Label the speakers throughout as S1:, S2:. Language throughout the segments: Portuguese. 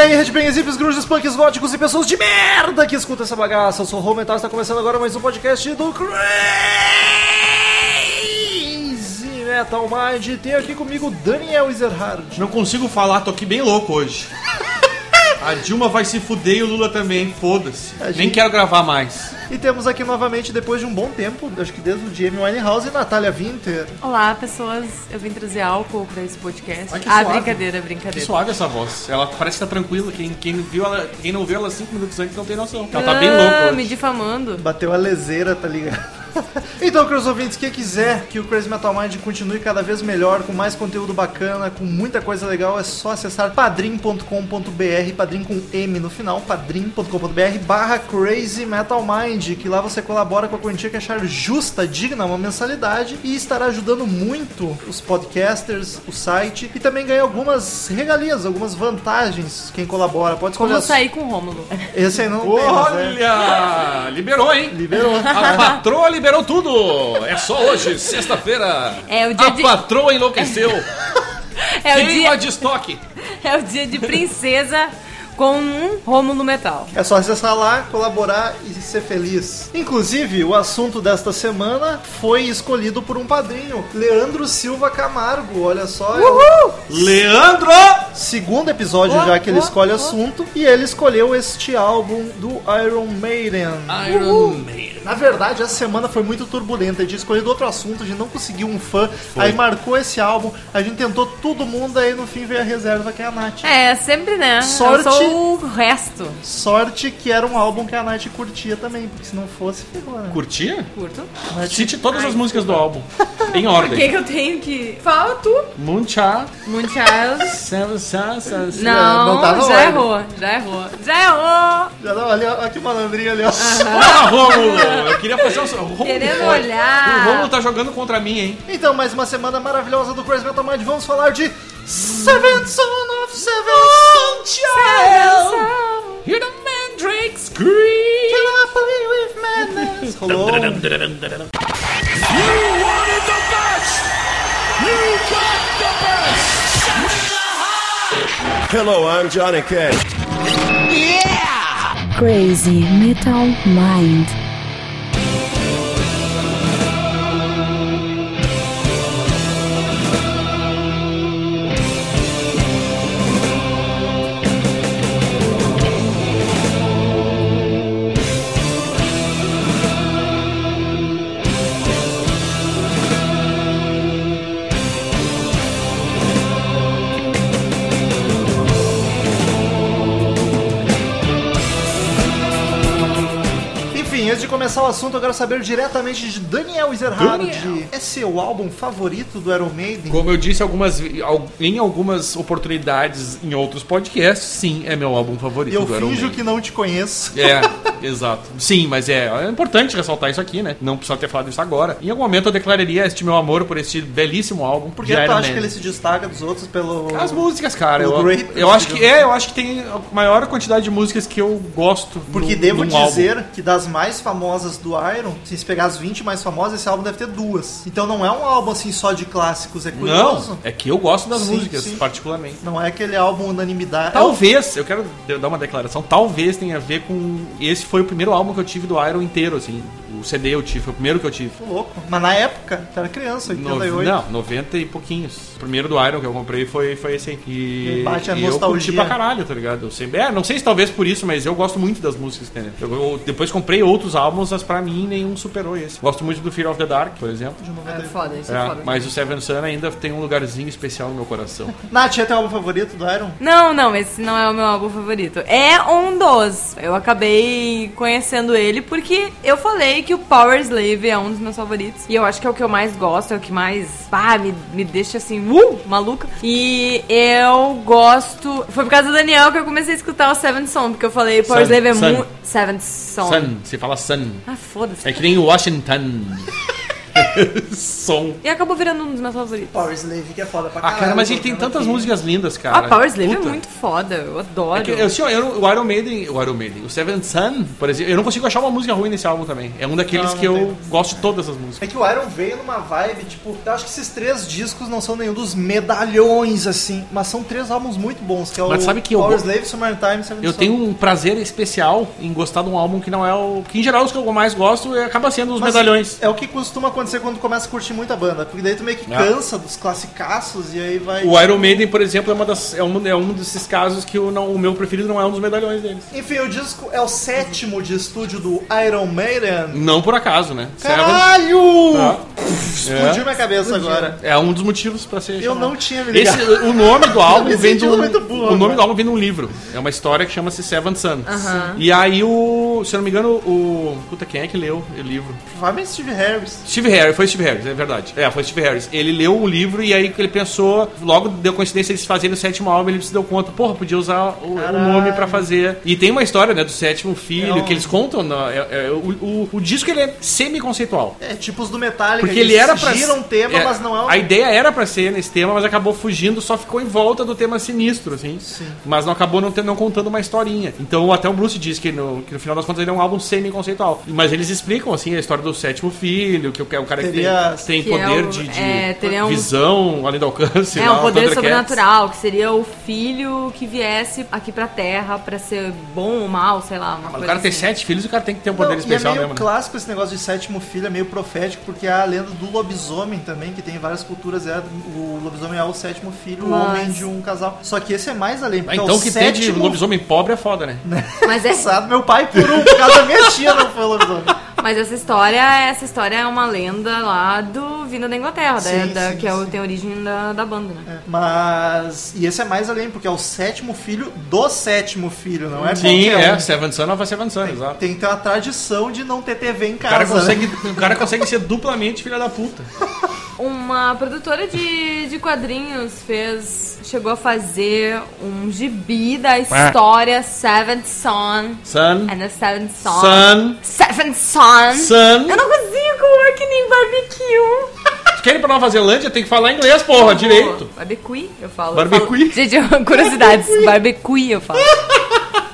S1: aí, headbangers, hips, grunges, punks, góticos e pessoas de merda que escuta essa bagaça. Eu sou o Rô Metal, está começando agora mais um podcast do Crazy Metal Mind. E Tem aqui comigo o Daniel Ezerhard.
S2: Não consigo falar, tô aqui bem louco hoje. A Dilma vai se fuder e o Lula também, foda-se.
S1: A gente-
S2: Nem quero gravar mais.
S1: E temos aqui novamente, depois de um bom tempo, acho que desde o Jamie Winehouse, Natália Winter.
S3: Olá, pessoas. Eu vim trazer álcool pra esse podcast.
S2: Ai, que
S3: ah,
S2: suave.
S3: brincadeira,
S2: Que
S3: brincadeira.
S2: suave essa voz. Ela parece que tá tranquila. Quem, quem viu ela, quem não viu ela cinco minutos antes não tem noção. Ela tá bem louca
S3: Ah,
S2: hoje.
S3: me difamando.
S1: Bateu a leseira, tá ligado? Então, caros ouvintes, quem quiser que o Crazy Metal Mind continue cada vez melhor, com mais conteúdo bacana, com muita coisa legal, é só acessar padrim.com.br, padrim com M no final, padrim.com.br barra Crazy Metal Mind, que lá você colabora com a quantia que achar justa, digna, uma mensalidade, e estará ajudando muito os podcasters, o site, e também ganha algumas regalias, algumas vantagens quem colabora. Pode escolher...
S3: Como eu
S1: a-
S3: sair com o Rômulo.
S1: Esse aí não tem, mas é-
S2: Olha! Liberou, hein?
S1: Liberou.
S2: A patroa liberou tudo! É só hoje, sexta-feira!
S3: É o dia
S2: A
S3: de-
S2: patroa enlouqueceu!
S3: É o,
S2: Queima
S3: dia,
S2: de estoque!
S3: é o dia de princesa com um Rômulo metal.
S1: É só acessar lá, colaborar e ser feliz. Inclusive, o assunto desta semana foi escolhido por um padrinho, Leandro Silva Camargo. Olha só, é o
S2: Leandro!
S1: segundo episódio já que ele escolhe assunto e ele escolheu este álbum do Iron Maiden.
S2: Iron Maiden.
S1: Na verdade, essa semana foi muito turbulenta. A gente escolheu outro assunto, a gente não conseguiu um fã, aí marcou esse álbum, a gente tentou todo mundo, aí no fim veio a reserva que é a Nath.
S3: É, sempre, né?
S1: Sorte.
S3: Eu sou o resto.
S1: Sorte que era um álbum que a Nath curtia também, porque se não fosse, ferrou, né?
S2: Curtia?
S3: Curto.
S2: Cite todas as músicas do álbum. Em
S3: Por que,
S2: ordem.
S3: que eu tenho que... Fala tu.
S2: Muncha.
S3: Moonchild.
S2: Sam- Sam- Sam- Sam-
S3: Não,
S1: não tá na
S3: já
S1: ordem.
S3: errou. Já errou. Já errou.
S1: Já dá- Olha, olha que malandrinho ali, ó.
S2: Porra, Rômulo! Eu queria fazer um. Rômulo,
S3: Querendo
S2: foi.
S3: olhar.
S2: O Rômulo tá jogando contra mim, hein?
S1: Então, mais uma semana maravilhosa do Crazy Metal Mind. Vamos falar de Seven Son of Seven Sunshine.
S2: Hear the Mandrake Scream!
S1: Can I play with madness? Rolou.
S4: Hello, I'm Johnny Cash.
S5: Crazy Metal Mind.
S1: Enfim, antes de começar o assunto, eu quero saber diretamente de Daniel Ezerhard. É seu álbum favorito do Iron Maiden?
S2: Como eu disse algumas, al- em algumas oportunidades em outros podcasts, sim, é meu álbum favorito.
S1: Eu
S2: do Iron
S1: finjo
S2: Maiden.
S1: que não te conheço.
S2: É, exato. Sim, mas é, é importante ressaltar isso aqui, né? Não precisa ter falado isso agora. Em algum momento eu declararia este meu amor por este belíssimo álbum.
S1: Porque
S2: de
S1: tu
S2: Iron
S1: acha que
S2: Maiden.
S1: ele se destaca dos outros pelo...
S2: As músicas, cara.
S1: O
S2: Eu,
S1: Great-
S2: eu acho que é, eu acho que tem a maior quantidade de músicas que eu gosto.
S1: Porque
S2: num-
S1: devo
S2: num álbum.
S1: dizer é que das mais famosas do Iron, se você pegar as 20 mais famosas, esse álbum deve ter duas. Então não é um álbum assim só de clássicos, é curioso.
S2: Não, é que eu gosto das
S1: Sim,
S2: músicas,
S1: sim.
S2: particularmente.
S1: Não é aquele álbum unanimidade.
S2: Tá
S1: É um
S2: Talvez, eu quero de- dar uma declaração, talvez tenha a ver com. Esse foi o primeiro álbum que eu tive do Iron inteiro, assim. O CD eu tive, foi o primeiro que eu tive.
S1: É um louco. Mas na época, tu era criança,
S2: No-
S1: 88.
S2: não, 90 e pouquinhos. O primeiro do Iron que eu comprei foi, foi esse aí. E,
S1: E bate a
S2: e eu curti
S1: nostalgia.
S2: pra caralho, tá ligado? Eu sempre, é, não sei se talvez por isso, mas eu gosto muito das músicas, entendeu? Eu, eu depois comprei outros álbuns, mas pra mim nenhum superou esse. Gosto muito do Fear of the Dark, por exemplo.
S3: É foda, isso é
S2: É,
S3: foda.
S2: mas o Seven Sun ainda tem um lugarzinho especial no meu coração.
S1: Nath, é teu álbum favorito do Iron?
S3: Não, não, esse não é o meu álbum favorito. É um dos. Eu acabei conhecendo ele porque eu falei que o Power Slave é um dos meus favoritos. E eu acho que é o que eu mais gosto, é o que mais, pá, me, me deixa assim, uh, maluca. E eu gosto. Foi por causa do Daniel que eu comecei a escutar o Seventh Son, porque eu falei Power
S2: Sun,
S3: Slave é
S2: Sun.
S3: muito. Seventh Son.
S2: Sun, se fala Sun.
S3: Ah, foda-se.
S2: É que nem Washington. som.
S3: E acabou virando um dos meus favoritos.
S1: Power Slave, que é foda pra
S2: Ah,
S1: caralho. É
S2: cara, mas ele tem
S1: tô vendo
S2: tantas
S1: aqui.
S2: músicas lindas, cara.
S3: Ah, Power Slave é
S2: Puta.
S3: muito foda, eu adoro.
S2: É que, assim, ó, eu não- o Iron Maiden, o Iron Maiden, o Seven Sun, por exemplo, eu não consigo achar uma música ruim nesse álbum também. É um daqueles
S1: Não,
S2: que
S1: não
S2: eu gosto de todas as músicas.
S1: É que o Iron veio numa vibe, tipo, eu acho que esses três discos não são nenhum dos medalhões, assim, mas são três álbuns muito bons, que é
S2: Mas
S1: o
S2: sabe que eu
S1: Power
S2: go-
S1: Slave, Summertime e Seven
S2: Eu
S1: Son.
S2: tenho um prazer especial em gostar de um álbum que não é o. que em geral os que eu mais gosto e acaba sendo os
S1: Mas
S2: medalhões.
S1: É o que costuma acontecer quando começa a curtir muita banda, porque daí tu meio que
S2: Ah.
S1: cansa dos classicaços e aí vai...
S2: O Iron Maiden, por exemplo, é, uma das, é, um, é um desses casos que o, não, o meu preferido não é um dos medalhões deles.
S1: Enfim, o disco é o sétimo de estúdio do Iron Maiden.
S2: Não por acaso, né?
S1: Caralho!
S2: Seven-
S1: Explodiu minha cabeça agora.
S2: É, é um dos motivos pra ser.
S1: Eu
S2: chamado.
S1: não tinha me
S2: Esse,
S1: ligado.
S2: o nome do álbum
S1: me
S2: vem
S1: senti
S2: de um,
S1: é muito né? burro
S2: o nome
S1: agora.
S2: do álbum vem de um livro. É uma história que chama-se Seven Sun. E aí o, se eu não me engano, o puta quem é que leu o livro?
S1: Provavelmente Steve Harris.
S2: Steve Harris, foi Steve Harris, é verdade. É, foi Steve Harris. Ele leu o livro e aí que ele pensou, logo deu coincidência eles fazerem o sétimo álbum, ele se deu conta, porra, podia usar o, o
S1: Caralho.
S2: nome pra fazer. E tem uma história, né, do sétimo filho,
S1: É um-
S2: que eles contam, na- é- é- o, o- o disco ele é semi-conceitual.
S1: É, tipo os do Metallica,
S2: Porque
S1: que
S2: ele era pra.
S1: giram um tema,
S2: é,
S1: mas não é um...
S2: A ideia era pra ser nesse tema, mas acabou fugindo, só ficou em volta do tema sinistro, assim.
S1: Sim.
S2: Mas não acabou não, tendo- não contando uma historinha. Então até o Bruce diz que no, que no final das contas ele é um álbum semi-conceitual. Mas eles explicam, assim, a história do sétimo filho, que o, que é o cara
S1: Teria-
S2: que tem, tem
S3: Que é
S2: poder
S3: o-
S2: de, de
S3: é, teria um-
S2: visão, além do alcance.
S3: É,
S2: lá,
S3: um poder
S2: Thundercats.
S3: sobrenatural, que seria o filho que viesse aqui pra terra pra ser bom ou mal, sei lá.
S2: Ah,
S3: Uma
S2: Mas
S3: coisa
S2: o cara tem
S3: assim.
S2: sete filhos e o cara tem que ter um
S1: Não,
S2: poder
S1: e
S2: especial
S1: é meio
S2: mesmo. né?
S1: clássico esse negócio de sétimo filho, é meio profético, porque a lenda do lobisomem também, que tem em várias culturas, é o lobisomem é o sétimo filho, o
S3: Mas-
S1: homem de um casal. Só que esse é mais além,
S2: Ah,
S1: porque é
S2: Então
S1: o
S2: que tem de
S1: sétimo
S2: lobisomem pobre é foda, né?
S3: Mas, é,
S1: Sabe, meu pai por um, por causa da minha tia não foi lobisomem.
S3: mas essa história, essa história é uma lenda lá do vinda da Inglaterra, da-
S1: Sim,
S3: da-
S1: sim,
S3: que é o-
S1: sim.
S3: tem origem da, da banda, né?
S1: É, Mas. E esse é mais além, porque é o sétimo filho do sétimo filho, não é?
S2: Sim,
S1: qualquer
S2: é.
S1: um.
S2: Seven Sun não vai Seven Sun, exato.
S1: Tem que ter uma tradição de não ter TV em
S2: O cara,
S1: casa. né?
S2: consegue, o cara consegue ser duplamente filha da puta.
S3: Uma produtora de, de quadrinhos fez. chegou a fazer um gibi da história Seventh Son.
S2: Sun.
S1: É
S3: And the Seventh Son.
S2: Sun.
S3: Seventh Son.
S2: Sun.
S3: Eu não consigo comer que nem barbecue.
S2: Se querem pra Nova Zelândia, tem que falar inglês, porra, direito.
S3: Pô, Barbecue, eu falo.
S2: Barbecue?
S3: Eu falo- Gente, eu- curiosidades. Barbecue, eu falo.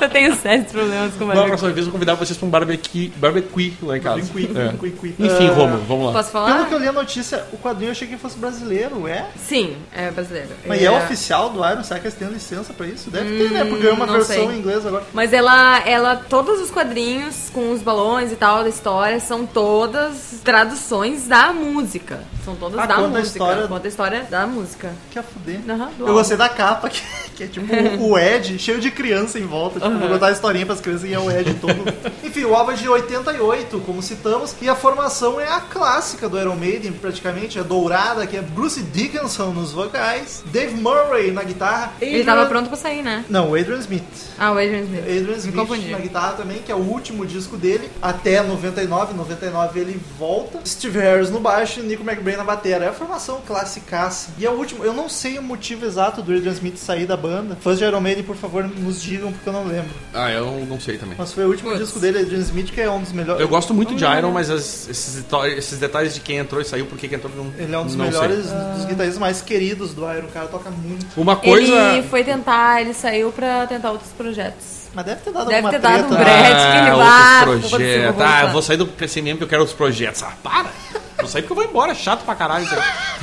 S3: eu tenho sérios problemas com
S2: Na
S3: barbecue.
S2: próxima vez eu vou convidar vocês pra um barbecue, barbecue lá em casa.
S1: Barbecue,
S2: É.
S1: barbecue, barbecue.
S2: Enfim,
S1: Ah.
S2: Romulo, vamos lá.
S3: Posso
S1: Pelo
S3: falar?
S1: que eu li a notícia, o quadrinho eu achei que fosse brasileiro, é?
S3: Sim, é brasileiro.
S1: Mas é, oficial do Iron? Será que eles têm licença pra isso? Deve ter, né? Porque ganhou uma
S3: não
S1: versão
S3: sei.
S1: em inglês agora.
S3: Mas ela, ela, todos os quadrinhos com os balões e tal da história são todas traduções da música. São todas
S1: Ah,
S3: da
S1: conta a
S3: música.
S1: história-
S3: Conta a história da música.
S1: Que a fuder.
S3: Aham, do
S1: Eu
S3: álbum.
S1: gostei da capa, que, que é tipo o Ed, cheio de criança em volta. Tipo, vou contar a historinha pras crianças e é o Ed todo. Enfim, o álbum é de 88, como citamos. E a formação é a clássica do Iron Maiden, praticamente. É dourada, que é Bruce Dickinson nos vocais, Dave Murray na guitarra.
S3: Ele tava pronto pra sair, né?
S1: Não, o Adrian Smith.
S3: Ah, o Adrian Smith.
S1: Adrian
S3: Me
S1: Smith
S3: confundi.
S1: na guitarra também, que é o último disco dele, até 99, 99 ele volta. Steve Harris no baixo e Nico McBrain na bateria. É a formação classicaça. E é o último, eu não sei o motivo exato do Adrian Smith sair da banda. Fãs de Iron Maiden, por favor, nos digam, porque eu não lembro.
S2: Ah, eu não sei também.
S1: Mas foi o último
S3: Putz.
S1: disco dele, Adrian Smith, que é um dos melhores.
S2: Eu gosto muito de Iron, mas as- esses, deto- esses detalhes de quem entrou e saiu, por que que entrou, não
S1: Ele é um dos
S2: não sei.
S1: melhores,
S3: Ah.
S1: dos guitarristas mais queridos do Iron, o cara toca muito.
S2: Uma coisa...
S3: Ele foi tentar, ele saiu pra tentar outros projetos.
S1: Mas deve ter dado
S3: Deve
S1: alguma
S3: ter dado um
S1: treta. né?
S3: break. Brad, que ele vá,
S2: outros
S3: vou fazer, vou
S2: Ah, projetos. Ah,
S3: voltar.
S2: eu vou sair do PCMM porque eu quero outros projetos. Ah, para! Vou sair porque eu vou embora, é chato pra caralho. isso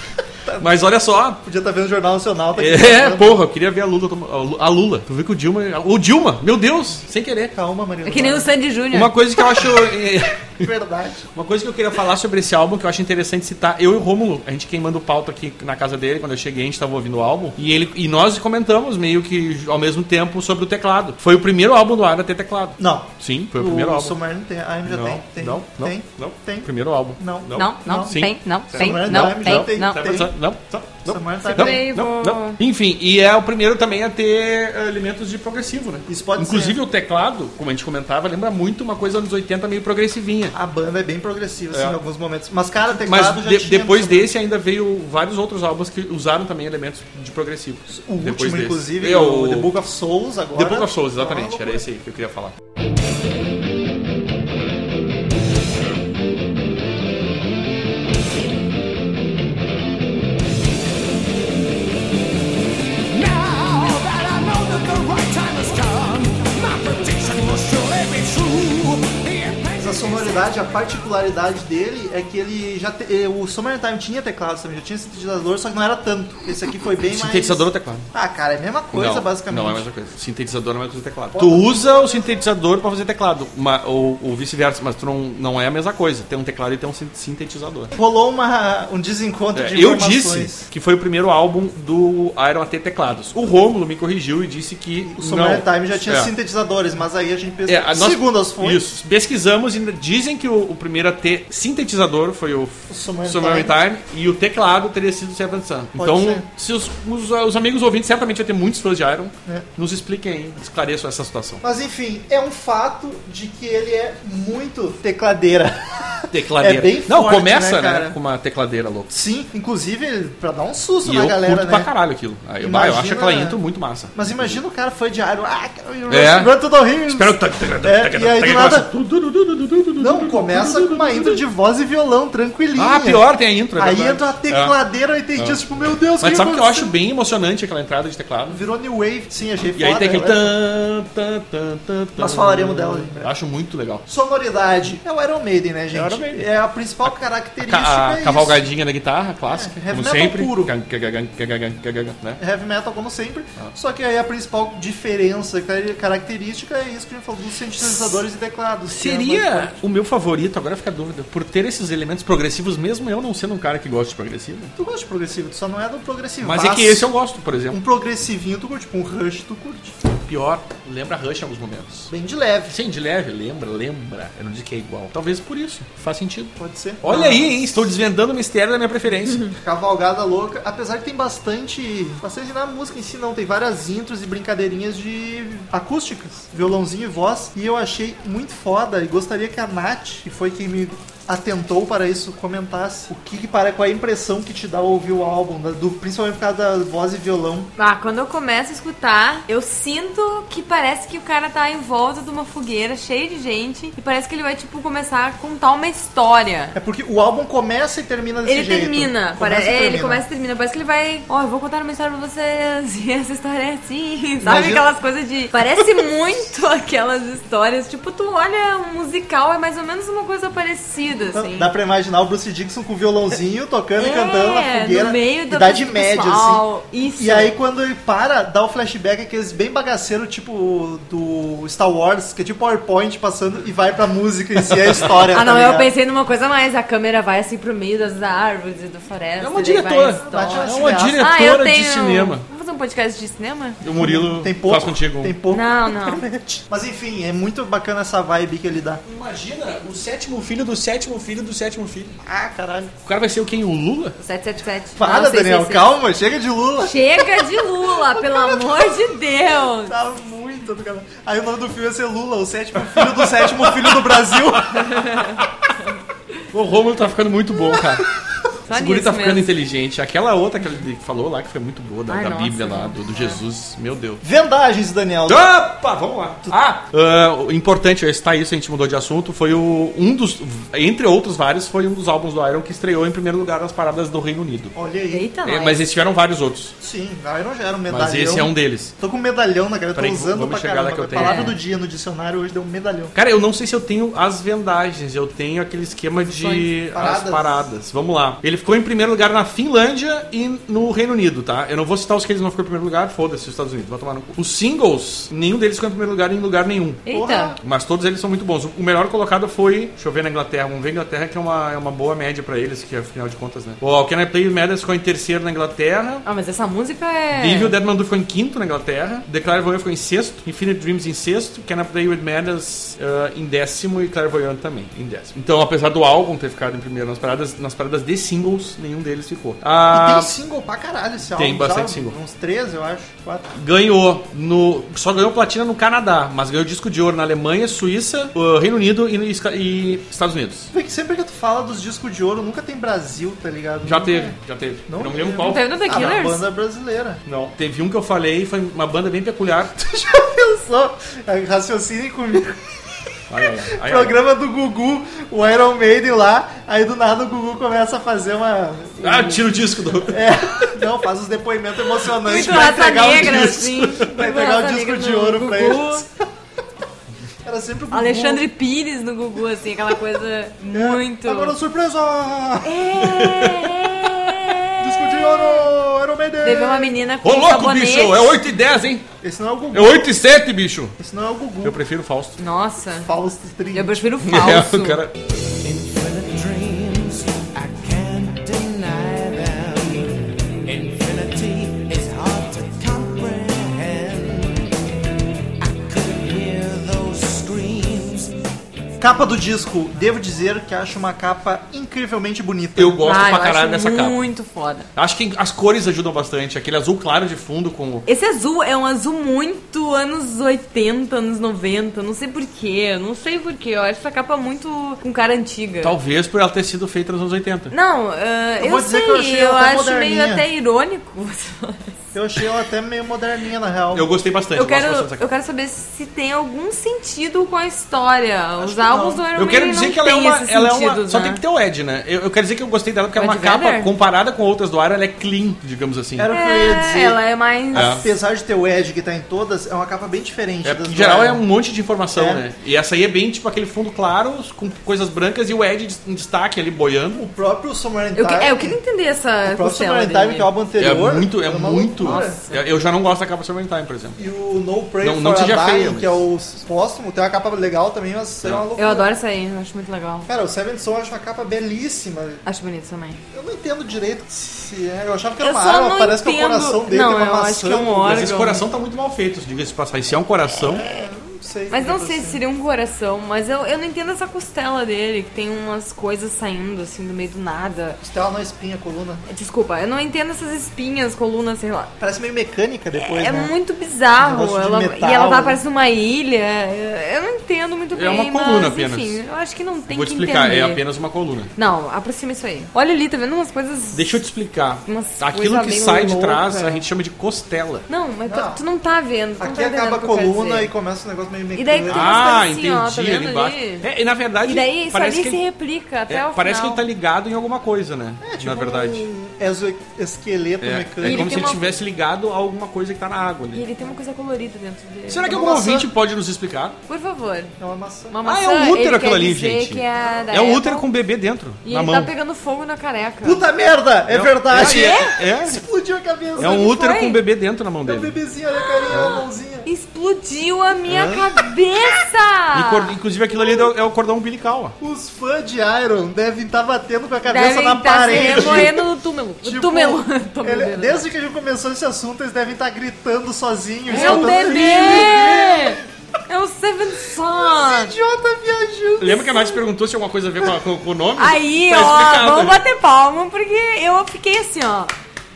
S2: aí. Mas olha só,
S1: Podia estar vendo o Jornal Nacional. Tá aqui
S2: É,
S1: falando.
S2: porra, eu queria ver a Lula. toma- a Lu- A Lula. Tu viu que o Dilma. O Dilma, meu Deus, sem querer.
S1: Calma, Maria.
S3: É que nem o Sandy Jr.
S2: Uma coisa que eu acho. eh,
S1: Verdade.
S2: Uma coisa que eu queria falar sobre esse álbum que eu acho interessante citar. Eu e o Rômulo, a gente queimando pauta aqui na casa dele, quando eu cheguei, a gente tava ouvindo o álbum. E, ele, e nós comentamos meio que ao mesmo tempo sobre o teclado. Foi o primeiro álbum do Iron a ter teclado.
S1: Não,
S2: Sim, foi o primeiro álbum.
S1: Submarino tem. A AMG
S2: Não,
S1: tem. Tem.
S2: não, não,
S1: tem.
S2: não.
S1: Tem.
S2: Primeiro álbum.
S1: Não.
S3: Não, não,
S1: Não.
S3: tem, não, tem,
S1: Não,
S3: não,
S1: não,
S3: tem,
S1: não.
S3: não.
S1: Tem.
S2: Não, não, não.
S1: Submarino tá
S2: Não,
S1: bem.
S3: Bravo.
S2: não, não. Enfim, e é o primeiro também a ter eh, elementos de progressivo, né?
S1: Isso pode
S2: Inclusive
S1: ser.
S2: o teclado, como a gente comentava, lembra muito uma coisa anos 80 meio progressivinha.
S1: A banda é bem progressiva, assim,
S2: É.
S1: em alguns momentos. Mas, cara,
S2: Mas
S1: Ah, teclado já
S2: de-
S1: tinha
S2: depois
S1: sobre-
S2: desse ainda veio vários outros álbuns que usaram também elementos de progressivo.
S1: O último,
S2: depois desse.
S1: inclusive,
S2: É,
S1: o...
S2: o-
S1: The Book of Souls agora.
S2: The Book of Souls,
S1: Tá uma
S2: exatamente. Era
S1: loucura.
S2: esse aí que eu queria falar.
S1: verdade, a particularidade dele é que ele já. te- eh, o Summertime tinha teclado também, já tinha sintetizador, só que não era tanto. Esse aqui foi bem mais.
S2: Sintetizador ou teclado?
S1: Ah, cara, é a mesma coisa,
S2: não,
S1: basicamente.
S2: Não é a mesma coisa. Sintetizador não é a mesma coisa que teclado. Tu usa o sintetizador pra fazer teclado, ma- ou, ou vice-versa, mas tu não, não é a mesma coisa. Tem um teclado e tem um sin- sintetizador.
S1: Rolou uma, um desencontro
S2: É,
S1: de
S2: eu
S1: informações.
S2: disse que foi o primeiro álbum do Iron a ter teclados. O Rômulo me corrigiu e disse que.
S1: O Summertime
S2: não.
S1: já tinha
S2: É.
S1: sintetizadores, mas aí a gente pensa.
S2: É, a nossa-
S1: Segundo as fontes.
S2: Isso. Pesquisamos e dizem que o, o primeiro a ter sintetizador foi o,
S1: O Summertime.
S2: Summertime e o teclado teria sido o Seven Sun.
S1: Pode
S2: Então,
S1: ser.
S2: se os, os- os amigos ouvintes certamente vai ter muitos fãs de Iron.
S1: É.
S2: Nos expliquem, esclareçam essa situação.
S1: Mas enfim, é um fato de que ele é muito tecladeira.
S2: Tecladeira.
S1: É bem
S2: Não,
S1: forte, né,
S2: começa né,
S1: cara?
S2: com uma tecladeira louca.
S1: Sim, inclusive pra dar um susto
S2: E
S1: na
S2: eu
S1: galera,
S2: curto
S1: né?
S2: pra caralho aquilo. Aí, eu, bah, eu acho
S1: Imagina-
S2: aquela intro muito massa.
S1: Mas imagina o cara foi de Iron. Ah, quero ir
S2: É.
S1: Run to the Hills.
S2: Espero que...
S1: É, e aí do nada. Não, começa com uma intro de voz e violão, tranquilinha.
S2: Ah, pior, tem a intro. é
S1: Aí
S2: verdade. É.
S1: entra a tecladeira oitentista, tipo, meu Deus,
S2: Mas sabe que eu acho
S1: aconteceu?
S2: bem emocionante aquela entrada de teclado?
S1: Virou New Wave, sim, achei
S2: E aí tem aquele.
S1: né?
S2: Tan, tan, tan, tan, tan.
S1: Nós falaremos dela ali, né?
S2: Acho muito legal.
S1: Sonoridade. É o Iron Maiden, né, gente?
S2: É o Iron Maiden.
S1: É a principal
S2: Ca-
S1: característica.
S2: A,
S1: é
S2: cavalgadinha da guitarra, clássica,
S1: É, heavy
S2: como
S1: metal
S2: sempre.
S1: puro.
S2: Gan- gan- gan- gan- gan- gan- gan- gan, né?
S1: isso. Heavy metal, como sempre.
S2: Ah.
S1: Só que aí a principal diferença, car- característica é isso que a gente falou dos sintetizadores e teclados. que é mais-
S2: Seria o meu favorito, agora fica a dúvida, por ter esses elementos progressivos, mesmo eu não sendo um cara que gosta de progressivo.
S1: Tu gosta de progressivo, tu só não é do progressivo.
S2: Mas é que esse eu gosto, por exemplo.
S1: Um progressivinho tu curte, tipo um rush tu curte.
S2: um Pior, lembra Rush em alguns momentos.
S1: Bem de leve.
S2: Sim, de leve, lembra, lembra. Eu não disse que é igual. Talvez por isso, faz sentido.
S1: Pode ser.
S2: Olha aí, hein? Estou desvendando o mistério da minha preferência.
S1: Cavalgada louca, apesar que tem bastante. Bastante na música em si, não. Tem várias intros e brincadeirinhas de acústicas, violãozinho e voz. E eu achei muito foda. E gostaria que a Nath, que foi quem me atentou para isso, comentasse o que, que para qual é a impressão que te dá ouvir o álbum, da- do, principalmente por causa da voz e violão.
S3: Ah, quando eu começo a escutar, eu sinto que parece que o cara tá em volta de uma fogueira cheia de gente e parece que ele vai, tipo, começar a contar uma história.
S1: É porque o álbum começa e termina desse
S3: Ele
S1: jeito.
S3: termina,
S1: Começa
S3: parece,
S1: e
S3: é, ele
S1: termina.
S3: começa e termina. Parece que ele vai, ó, eu vou contar uma história pra vocês. E essa história é assim, sabe?
S1: Imagina-
S3: Aquelas coisas de. Parece muito aquelas histórias. Tipo, tu olha um musical, é mais ou menos uma coisa parecida, assim.
S1: Então, Dá pra imaginar o Bruce Dixon com o violãozinho, tocando e
S3: É,
S1: cantando na fogueira.
S3: no meio da
S1: idade
S3: do
S1: média,
S3: pessoal.
S1: assim.
S3: Isso.
S1: E aí quando ele para, dá o flashback aqueles bem bagaceiro, tipo do Star Wars, que é tipo PowerPoint passando e vai pra música e si é a história.
S3: Ah,
S1: tá
S3: não, eu
S1: ligado?
S3: pensei numa coisa a mais. A câmera vai assim pro meio das árvores e do floresta.
S2: É uma
S3: e daí vai a
S2: diretora.
S3: história.
S1: Bate
S2: É uma
S1: Ah, eu
S3: Ah,
S2: diretora
S3: eu tenho.
S2: de cinema.
S3: Vamos fazer um podcast de cinema?
S2: E o Murilo
S1: Tem pouco.
S2: faz contigo. um
S1: Tem pouco.
S3: Não, não.
S1: Mas enfim, é muito bacana essa vibe que ele dá.
S2: Imagina o sétimo filho do sétimo filho do sétimo filho.
S1: Ah, caralho.
S2: O cara vai ser o quem? O Lula?
S3: 777.
S1: Para,
S3: Não, sei,
S1: Daniel,
S3: sei, sei.
S1: calma, chega de Lula.
S3: Chega de Lula, pelo amor de Deus.
S1: Tá muito do cara. Aí o nome do filme ia ser Lula, o sétimo filho do sétimo filho do Brasil.
S2: O Romulo tá ficando muito bom, cara.
S3: Só
S2: Esse guri
S3: nisso
S2: tá ficando
S3: mesmo.
S2: inteligente. Aquela outra que ele falou lá que foi muito boa, da,
S3: Ai,
S2: da
S3: nossa, É.
S2: Bíblia lá,
S3: gente.
S2: do, do Jesus. Meu Deus.
S1: Vendagens, Daniel.
S2: Opa, vamos lá. Ah, ah, o importante é citar isso, a gente mudou de assunto. Foi o, um dos, entre outros vários, foi um dos álbuns do Iron que estreou em primeiro lugar nas paradas do Reino Unido.
S1: Olha aí.
S3: Eita,
S2: É,
S3: nós.
S2: mas eles tiveram vários outros.
S1: Sim, Iron já era um medalhão.
S2: Mas esse é um deles.
S1: Tô com medalhão na cara, eu tô
S2: Peraí,
S1: usando
S2: vamos
S1: pra
S2: chegar
S1: caramba.
S2: lá que eu
S1: a
S2: tenho.
S1: palavra
S3: É.
S1: do dia no dicionário hoje deu um medalhão.
S2: Cara, eu não sei se eu tenho as vendagens, eu tenho aquele esquema de
S1: Opções, paradas.
S2: as paradas. Vamos lá. Ele ficou em primeiro lugar na Finlândia e no Reino Unido, tá? Eu não vou citar os que eles não ficou em primeiro lugar, foda-se os Estados Unidos, vai tomar no cu. Os singles, nenhum deles ficou em primeiro lugar em lugar nenhum.
S3: Eita.
S2: Mas todos eles são muito bons. O melhor colocado foi. Deixa eu ver na Inglaterra. Vamos ver a Inglaterra, que é uma, é uma boa média pra eles, que afinal de contas, né? O Can I Play With Madness ficou em terceiro na Inglaterra.
S3: Ah, mas essa música é.
S2: Evil Dead Mandu ficou em quinto na Inglaterra, The Clairvoyant ficou em sexto, Infinite Dreams em sexto, Can I Play With Madness ah, em décimo e Clairvoyant também em décimo. Então, apesar do álbum ter ficado em primeiro nas paradas, nas paradas de singles, nenhum deles ficou.
S1: e
S2: Ah,
S1: tem single pra caralho esse álbum.
S2: tem bastante
S1: sabe?
S2: single.
S1: Uns 13, eu acho. Quatro.
S2: ganhou no só ganhou platina no Canadá, mas ganhou disco de ouro na Alemanha, Suíça, ah, Reino Unido e, no Esca- e Estados Unidos.
S1: Tu vê que sempre que tu fala dos discos de ouro, nunca tem Brasil, tá ligado?
S2: Já
S1: Nunca
S2: teve,
S1: é.
S2: já teve.
S1: Não
S2: Não, me lembro
S1: teve.
S2: qual.
S3: Não teve no The
S1: Ah, na
S3: Killers?
S1: banda brasileira.
S2: Não, teve um que eu falei, foi uma banda bem peculiar.
S1: Só raciocínio comigo.
S2: Olha lá, olha lá.
S1: Programa do Gugu, o Iron Maiden lá. Aí do nada o Gugu começa a fazer uma.
S2: Ah, tira o disco do.
S1: É, não, faz uns depoimentos emocionantes
S3: Muito
S1: pra
S3: raça
S1: entregar o
S3: negra,
S1: disco.
S3: assim. Muito
S1: Vai pegar o
S3: raça
S1: disco
S3: negra
S1: de
S3: no
S1: ouro pra
S3: Gugu.
S1: eles. Era sempre o Gugu. É,
S3: Alexandre Pires no Gugu, assim, aquela
S2: É,
S3: coisa muito.
S1: Agora surpresa!
S3: É!
S1: Discutiram! Era o Mendes!
S3: Teve uma menina com
S2: Ô, louco,
S3: sabonete.
S2: bicho! É 8 e 10, hein?
S1: Esse não é o Gugu.
S2: É 8 e 7, bicho!
S1: Esse não é o Gugu.
S2: Eu prefiro o Fausto.
S3: Nossa,
S1: Fausto Trin.
S3: eu prefiro o falso.
S2: É, o cara...
S6: Infinite dreams, I can't deny them. Infinity is hard to comprehend. I could hear those screams.
S1: Capa do disco. Devo dizer que acho uma capa incrivelmente bonita.
S2: Eu gosto
S3: Ah, eu
S2: pra caralho
S3: acho
S2: dessa capa.
S3: Muito foda.
S2: Acho que as cores ajudam bastante. Aquele azul claro de fundo com...
S3: Esse azul é um azul muito anos 80, anos 90, não sei porquê, não sei porquê. Eu acho essa capa muito com cara antiga.
S2: Talvez por ela ter sido feita nos anos 80.
S3: Não, eh,
S1: Eu
S3: eu,
S1: vou dizer
S3: sei,
S1: que eu achei
S3: eu
S1: ela até
S3: acho meio
S1: moderninha.
S3: até irônico. você falar isso.
S1: Eu achei ela até meio moderninha, na real.
S2: Eu gostei bastante.
S3: Eu
S2: gosto
S3: quero,
S2: bastante dessa
S3: eu
S2: capa.
S3: quero saber se tem algum sentido com a história. Os
S1: que
S3: álbuns
S1: não.
S3: do Iron
S2: Eu quero
S3: Maiden
S2: dizer
S3: não
S2: que ela é
S3: têm
S2: uma.
S3: esses
S2: Ela é uma
S3: sentidos,
S2: Só
S3: né?
S2: tem que ter o Ed, né? Eu, eu quero dizer que eu gostei dela porque é uma
S3: Ed
S2: capa
S3: Vedder?
S2: comparada com outras do Iron, ela é clean, digamos assim.
S1: Era um o que eu ia dizer.
S3: É, ela é mais.
S2: É.
S1: Apesar de ter o Ed que tá em todas, é uma capa bem diferente.
S2: É,
S1: das
S2: porque, em
S1: do
S2: geral é
S1: Iron.
S2: um monte de informação,
S1: É.
S2: né? E essa aí é bem tipo aquele fundo claro, com coisas brancas e o Ed em destaque ali boiando.
S1: O próprio Summer in Time.
S3: Eu, que- é, eu queria entender essa
S1: Tá. O próprio
S3: costela
S1: Summer in
S3: dele.
S1: Time, que é o álbum
S2: É
S1: anterior.
S2: muito, é
S1: era uma
S2: muito.
S1: loucura.
S2: Eu- Eu já não gosto da capa Serpentine, por exemplo.
S1: E o No Pray
S2: Não-
S1: for
S2: não
S1: a
S2: seja
S1: Dying,
S2: feio, mas-
S1: que é o póstumo, tem uma capa legal também, mas é uma loucura.
S3: Eu adoro essa aí, eu acho muito legal.
S1: Cara, o Seven Soul eu acho uma capa belíssima.
S3: Acho bonito também.
S1: Eu não entendo direito se é. Eu achava que era
S3: Eu
S1: uma
S3: só
S1: arma,
S3: não
S1: parece que é o
S3: entendo-
S1: coração dele
S3: Não,
S1: tem uma
S3: eu
S1: maçã.
S3: acho que é um
S1: com-
S3: órgão.
S2: Mas esse coração tá muito mal feito, diga-se de passagem. Se é um coração,
S1: Não sei.
S3: Mas não
S1: eu
S3: sei se seria um coração, mas eu, eu não entendo essa costela dele, que tem umas coisas saindo assim do meio do nada.
S1: Costela na espinha, coluna.
S3: Desculpa, eu não entendo essas espinhas, colunas, sei lá.
S1: Parece meio mecânica depois,
S3: É
S1: né?
S3: muito
S1: Esse
S3: bizarro.
S1: negócio
S3: Ela,
S1: de
S3: e ela
S1: metal.
S3: tá parecendo uma ilha. Eu não entendo muito bem.
S2: É uma coluna
S3: mas,
S2: apenas.
S3: Enfim, eu acho que não tem
S2: vou te
S3: que
S2: explicar,
S3: entender.
S2: é apenas uma coluna.
S3: Não, aproxima isso aí. Olha ali, tá vendo umas coisas.
S2: Deixa eu te explicar.
S3: Umas
S2: Aquilo
S3: coisa
S2: que
S3: meio
S2: sai de
S3: louca.
S2: trás, a gente chama de costela.
S3: Não, mas tu-
S1: Não.
S3: Tu, não tá vendo. Tu não
S1: Aqui
S3: tá entendendo
S1: acaba a
S3: o que eu quero
S1: coluna
S3: dizer.
S1: e começa um negócio meio
S3: E daí
S1: mecânico.
S3: tem umas
S2: Ah, entendi,
S3: coisinhas, ó, tá
S2: ali
S3: vendo
S2: embaixo.
S3: ali?
S2: É, e na verdade,
S3: E daí isso
S2: parece
S3: ali
S2: que
S3: se
S2: ele-
S3: replica até
S2: é,
S3: o
S2: parece que
S3: final.
S2: ele tá ligado em alguma coisa, né? na verdade.
S1: É, tipo Um
S3: É
S1: exoesqueleto
S2: É, é
S1: mecânico.
S2: como
S3: tem
S2: se ele
S3: uma-
S2: tivesse ligado a alguma coisa que tá na água
S3: E
S2: ali.
S3: ele tem uma coisa colorida dentro dele.
S2: Será que
S1: Uma
S2: algum
S1: maçã.
S2: ouvinte pode nos explicar?
S3: Por favor.
S1: É uma maçã.
S3: Uma
S2: Ah,
S3: maçã,
S2: é um útero
S3: ele
S2: aquilo
S3: quer
S2: ali,
S3: dizer
S2: gente.
S3: Que é da
S2: É um
S3: Apple,
S2: útero com um bebê dentro,
S3: E
S2: na
S3: ele
S2: mão.
S3: tá pegando fogo na careca.
S1: Puta merda! É
S2: Não,
S1: verdade!
S2: É, é, é.
S1: Explodiu a cabeça.
S2: É um útero É.
S3: foi?
S2: com um bebê dentro na mão
S1: É um
S2: dele.
S1: bebezinho, olha a carinha, olha a mãozinha.
S3: Explodiu a minha cabeça!
S2: E cor- Inclusive aquilo ali é o- é o cordão umbilical, ó.
S1: Os fãs de Iron devem estar batendo com a cabeça
S3: Devem
S1: na
S3: tá
S1: parede.
S3: se remoendo no túmulo. No
S1: Tipo,
S3: túmulo.
S2: é
S3: Túmulo
S1: ele-
S3: dele.
S1: desde que a gente começou esse assunto, eles devem estar gritando sozinhos.
S3: É um
S1: soltando-
S3: bebê! É um Seven Son!
S1: Idiota viajando.
S2: Lembra que a Nath perguntou se alguma coisa a ver com, a- com- com o nome?
S3: Aí,
S2: Tá
S3: ó,
S2: explicado,
S3: vamos
S2: né?
S3: bater palma, porque eu fiquei assim, ó.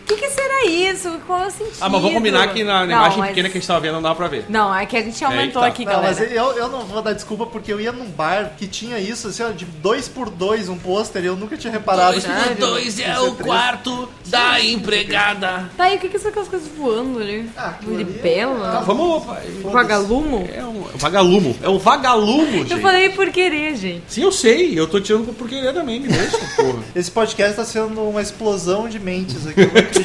S3: O que, que será isso? Qual é o sentido?
S2: Ah, mas vamos combinar que na, na
S3: Não,
S2: imagem
S3: mas-
S2: pequena que a gente tava vendo não dava pra ver.
S3: Não, é que a gente aumentou
S2: É aí que tá.
S3: aqui,
S1: Não,
S3: galera.
S1: mas eu, eu não vou dar desculpa porque eu ia num bar que tinha isso, assim, ó, de dois por dois um pôster e eu nunca tinha reparado.
S3: por dois
S1: é o quarto.
S2: da empregada.
S3: Tá, e o que que são aquelas coisas voando ali?
S1: Ah,
S3: Ah,
S1: aquilo ali
S2: Ah,
S3: Libela?
S2: vamos.
S3: Vagalumo?
S2: É um vagalumo. É um vagalumo,
S3: Eu
S2: gente.
S3: falei por querer, gente.
S2: Sim, eu sei. Eu tô tirando por querer também, me deixa, porra.
S1: Esse podcast tá sendo uma explosão de mentes aqui, eu não acredito. cara.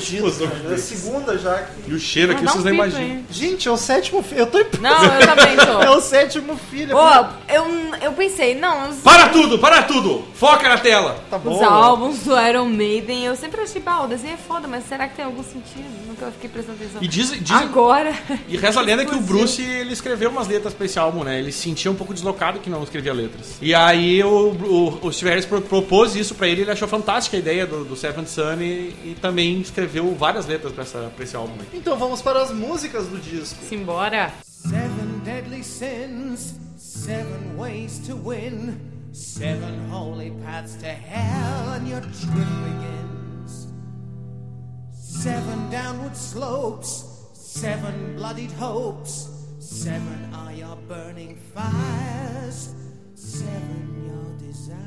S1: é a segunda já. que-
S2: E o cheiro aqui
S3: Mas dá
S2: vocês
S3: um
S2: não
S3: pito
S2: imaginam.
S3: aí.
S1: Gente, é o sétimo filho. Eu tô em-
S3: Não, eu também
S1: É
S3: tô.
S1: o sétimo filho.
S3: Pô, eu, eu pensei, não, os,
S2: Para tudo, para tudo! Foca na tela!
S1: tá
S3: os álbuns do Iron Maiden, eu sempre achei, pá, o desenho é foda, mas será que tem algum sentido? Nunca fiquei prestando atenção.
S2: E diz, diz,
S3: Agora.
S2: e reza a lenda que o
S3: Explosivo.
S2: Bruce ele escreveu umas letras pra esse álbum, né? Ele se sentia um pouco deslocado que não escrevia letras. E aí o, o, o Steve Harris pro- propôs isso pra ele, ele achou fantástica a ideia do, do Seventh Sun e, e também escreveu várias letras pra, essa, pra esse álbum. aí.
S1: Então vamos para as músicas do disco.
S3: Simbora.
S6: Seven deadly sins, seven ways to win, seven holy paths to hell, and your trip begins. Seven downward slopes, seven bloodied hopes, seven are your burning fires, seven your desires.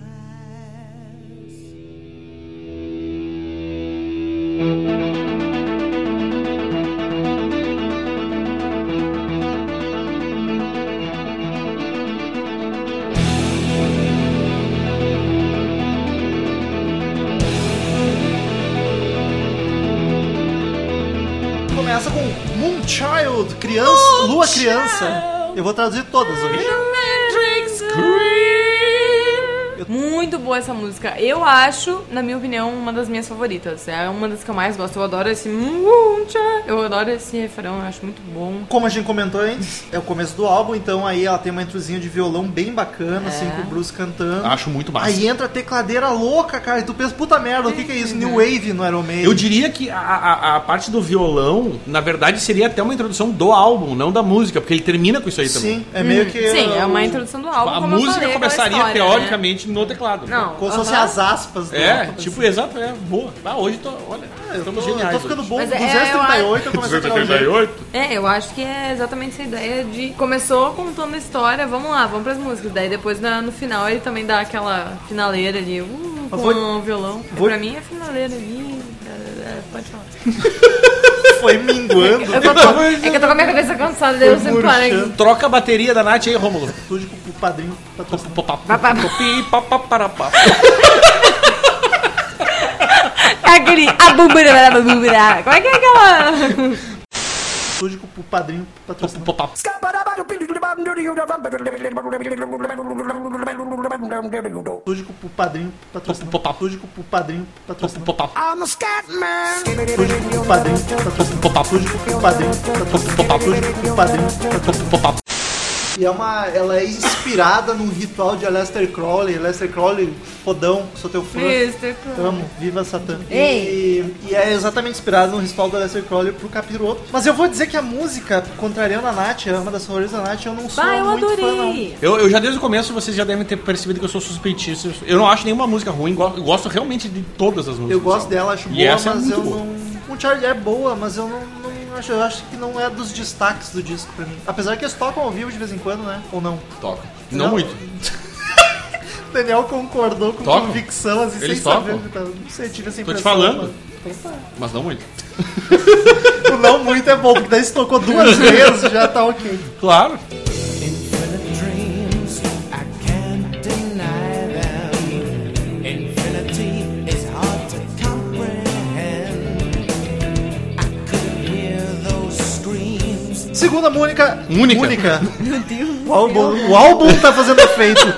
S1: Começa com Moonchild, criança, lua criança. Eu vou traduzir todas hoje.
S3: Muito boa essa música. Eu acho, na minha opinião, uma das minhas favoritas. É uma das que eu mais gosto. Eu adoro esse. Eu adoro esse refrão, eu acho muito bom.
S1: Como a gente comentou antes, é o começo do álbum, então aí ela tem uma introzinha de violão bem bacana, assim,
S3: É.
S1: com o Bruce cantando.
S2: Acho muito massa.
S1: Aí é- entra a tecladeira louca, cara, e tu pensa, puta merda, o que, que é isso?
S3: Uhum.
S1: New Wave no Iron Maiden.
S2: Eu diria que a, a- a parte do violão, na verdade, seria até uma introdução do álbum, não da música, porque ele termina com isso aí também.
S1: Sim, é meio que.
S3: Sim, é uma
S1: o-
S3: introdução do álbum.
S2: a
S3: como eu
S2: música
S3: falei, é aquela
S2: começaria
S3: história, Né?
S2: teoricamente no teclado.
S3: Não.
S1: Como se fossem
S3: aham.
S1: as aspas do
S2: É,
S1: álbum,
S2: tipo,
S1: assim.
S2: exato, é, boa. Ah, hoje tô, olha,
S1: É, Eu
S2: estamos
S1: tô,
S2: geniais.
S1: eu tô ficando né?
S2: hoje.
S1: bom.
S3: Mas é, eu
S1: 238 eu comecei a tirar o jeito.
S3: É, eu acho que é exatamente essa ideia de. Começou contando a história, vamos lá, vamos pras músicas. Daí depois na- no final ele também dá aquela finaleira ali, uh, com
S1: Mas vou-
S3: o violão.
S1: vou-
S3: Pra mim é finaleira ali. é, é, Pode falar.
S1: Foi minguando.
S3: Eu tô, é que eu tô com a minha cabeça cansada, daí eu sempre paro aqui.
S1: murchando.
S2: Troca a bateria da Nath aí, Rômulo.
S1: Tudo com o padrinho tá patrocinando.
S2: Pi, pa, pa, para, pa.
S3: Aquele. A bubura, a bubura. Como é que é aquela.
S1: Tudo com o padrinho tá patrocinando.
S2: Pa, pa, pa.
S1: Tudo com o padrinho patrocinando. Tudo com o padrinho patrocinando.
S2: Pa, pa, pa.
S1: Tudo com o padrinho patrocinando. Tudo com o padrinho patrocinando. Tudo com o padrinho patrocinando.
S2: Pa, pa, pa.
S1: E é uma, ela é inspirada num ritual de Aleister Crowley. Aleister Crowley, fodão, sou teu fã.
S3: Mr. Crowley.
S1: Amo, viva Satã.
S3: Ei.
S1: E, e é exatamente inspirado no ritual do Aleister Crowley pro capiroto. Mas eu vou dizer que a música, contrariando a Nath, é uma das favoritas da Nath, eu não sou
S3: Bah, eu
S1: muito fã, não.
S3: adorei.
S2: Eu, eu já desde o começo vocês já devem ter percebido que eu sou suspeitista. Eu não acho nenhuma música ruim, go- eu gosto realmente de todas as músicas.
S1: Eu gosto dela, acho
S2: E
S1: boa,
S2: essa é
S1: mas
S2: muito
S1: eu
S2: boa.
S1: não. O Charlie é boa, mas eu não, não acho. Eu acho que não é dos destaques do disco pra mim. Apesar que eles tocam ao vivo de vez em quando, né? Ou não.
S2: Toca. Não,
S1: Não.
S2: muito.
S1: O Daniel concordou com
S2: Tocam?
S1: convicção, assim,
S2: Eles
S1: sem saber.
S2: tocam?
S1: o que tá- Não sei, tive essa
S2: Tô te
S1: impressão.
S2: falando.
S1: mas-
S2: Mas não muito.
S1: O não muito é bom, porque daí se tocou duas vezes já tá ok.
S2: Claro.
S6: Infinite dreams, I can't deny them. Infinity is hard to comprehend. I could hear those screams.
S1: Segunda Mônica.
S2: Única.
S1: Meu Deus. O álbum, o álbum tá fazendo efeito.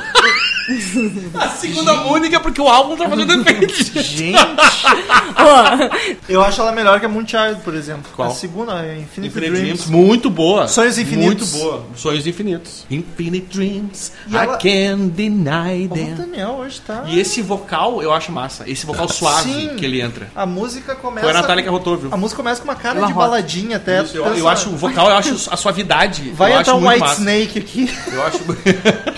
S2: A segunda única porque o álbum tá fazendo efeito.
S1: Gente. eu acho ela melhor que a Moonchild, por exemplo.
S2: Qual?
S1: A segunda, é Infinite,
S2: Infinite
S1: Dreams.
S2: Dreams, muito boa.
S1: Sonhos Infinitos.
S2: Muito boa. Sonhos Infinitos. Infinite Dreams,
S1: E ela-
S2: I can deny
S1: Como O
S2: them.
S1: Daniel hoje tá.
S2: E esse vocal eu acho massa. Esse vocal suave
S1: Sim.
S2: que ele entra.
S1: A música começa.
S2: Foi a Natália que arrotou, viu?
S1: A música começa com uma cara
S3: Ela
S1: de
S3: roda.
S1: baladinha até.
S2: Isso, eu,
S1: Pensa-
S2: eu acho o vocal, eu acho a suavidade.
S1: Vai
S2: eu
S1: entrar
S2: acho
S1: um
S2: muito
S1: White
S2: massa.
S1: Snake aqui.
S2: Eu acho...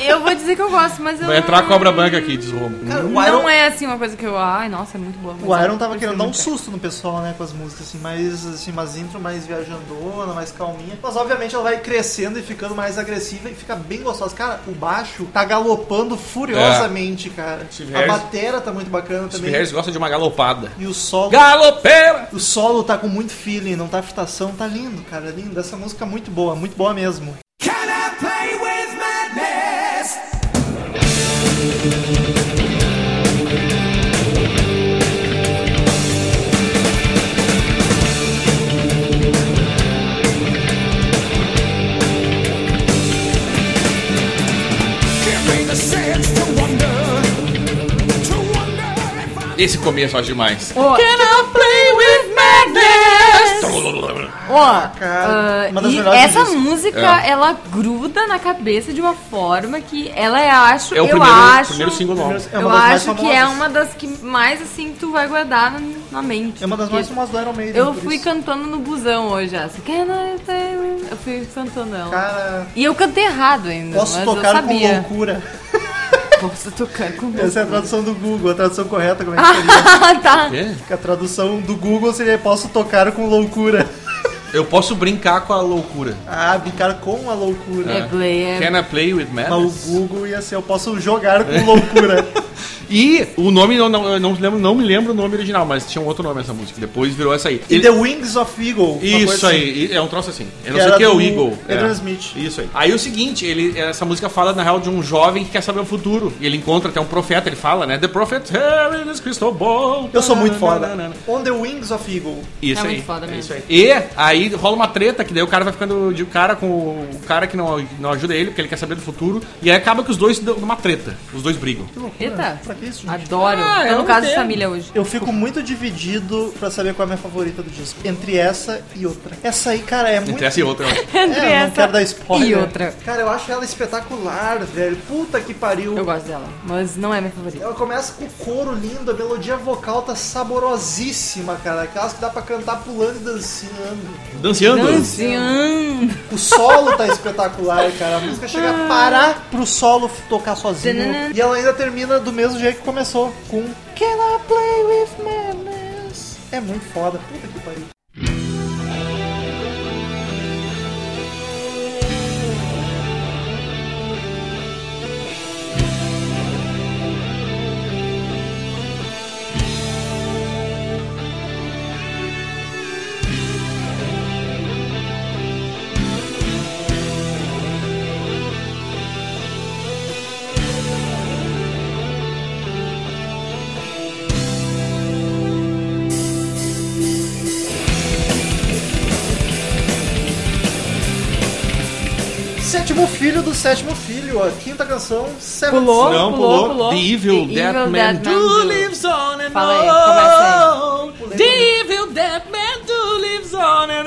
S3: Eu vou dizer que eu gosto, mas eu.
S2: Vai entrar a
S3: não-
S2: cobra branca aqui, diz o Romulo.
S1: Cara, o Iron,
S3: Não é assim uma coisa que eu. Ai, nossa, é muito boa. mas
S1: o Iron
S3: eu
S1: tava
S3: prefiro
S1: querendo dar um
S3: muito.
S1: susto no pessoal, né? Com as músicas, assim, mais assim, umas intro mais viajandona, mais calminha. Mas obviamente ela vai crescendo e ficando mais agressiva e fica bem gostosa. Cara, o baixo tá galopando
S2: É.
S1: furiosamente, cara.
S2: Steve
S1: A
S2: Harris-
S1: batera tá muito bacana
S2: Os
S1: também.
S2: Harris gostam de uma galopada.
S1: E o solo.
S2: Galopera!
S1: O solo tá com muito feeling, não tá fritação, tá lindo, cara, lindo. Essa música é muito boa, muito boa mesmo.
S6: Can I play with madness? Give me the chance to wonder, to wonder if I.
S2: Esse começo eu acho demais.
S3: Ó,
S2: É
S3: Ó,
S1: cara,
S3: ah,
S1: uma das
S3: e
S1: melhores
S3: essa
S1: músicas.
S3: música, ela gruda na cabeça de uma forma que ela é, acho,
S2: É o
S3: eu
S2: primeiro,
S3: acho,
S2: primeiro single novo.
S1: Primeiro- É
S3: eu
S1: uma das mais
S3: acho que é
S1: famosas.
S3: uma das que mais assim tu vai guardar na, na mente.
S1: É uma das
S3: Porque
S1: mais famosas do Iron Maiden.
S3: Eu
S1: por
S3: fui
S1: isso.
S3: cantando no busão hoje, essa. Can I play with- Eu fui cantando ela.
S1: Cara,
S3: E eu cantei errado ainda,
S1: posso
S3: mas eu
S1: tocar com
S3: sabia.
S1: loucura.
S3: Posso tocar com
S1: Essa é a
S3: loucura.
S1: tradução do Google, a tradução correta, como é que seria?
S3: Ah, tá.
S2: É.
S1: Porque A tradução do Google seria posso tocar com loucura.
S2: Eu posso brincar com a loucura.
S1: Ah, brincar com a loucura.
S3: É play, é
S2: Ah. Can I play with
S1: Mas o
S2: madness?
S1: Google ia ser eu posso jogar com loucura.
S2: E o nome, eu não, eu não, lembro, não me lembro o nome original, mas tinha um outro nome essa música. Depois virou essa aí.
S1: E
S2: Ele-
S1: The Wings of Eagle. uma
S2: Isso
S1: coisa assim.
S2: aí, e- é um troço assim.
S1: Que
S2: Eu não sei
S1: era
S2: o que é o
S1: do
S2: Eagle.
S1: Adrian
S2: é.
S1: Smith.
S2: Isso aí. Aí o seguinte, ele, essa música fala, na real, de um jovem que quer saber o futuro. E ele encontra até um profeta, ele fala, né? The Prophet Harry is Crystal Ball.
S1: Eu sou muito foda.
S2: Nananana.
S1: On the Wings of Eagle.
S2: Isso
S3: É
S2: aí.
S3: muito foda mesmo.
S2: Isso aí. E aí rola uma treta que daí o cara vai ficando de cara com o o cara que não, não ajuda ele, porque ele quer saber do futuro. E aí acaba que os dois dão uma treta. Os dois brigam.
S3: Eita,
S1: Pra que isso, gente?
S3: adoro.
S2: Ah, eu
S3: Tô
S2: não
S3: no caso de
S2: entendo.
S3: família hoje.
S1: Eu fico muito dividido pra saber qual é a minha favorita do disco. Entre essa e outra. Essa aí, cara, é muito.
S2: Entre essa e outra.
S1: É, eu não quero dar spoiler.
S3: e outra.
S1: Cara, eu acho ela espetacular, velho. Puta que pariu.
S3: Eu gosto dela, mas não é minha favorita.
S1: Ela começa com o coro lindo, a melodia vocal tá saborosíssima, cara. Aquelas que dá pra cantar pulando e dançando.
S2: Danceando.
S3: Danceando.
S1: O solo tá espetacular, cara. A música chega a parar pro solo tocar sozinho. E ela ainda termina do mesmo jeito que começou, com Can I Play With Madness? É muito foda. Puta que pariu. Sétimo filho do sétimo filho, a quinta canção, Seven
S3: Pulou,
S2: Não,
S3: pulou,
S2: pulou.
S3: pulou.
S2: The Evil Dead Man do
S3: lives on and Fala aí, começa aí.
S2: The Evil Dead Man Do Lives On And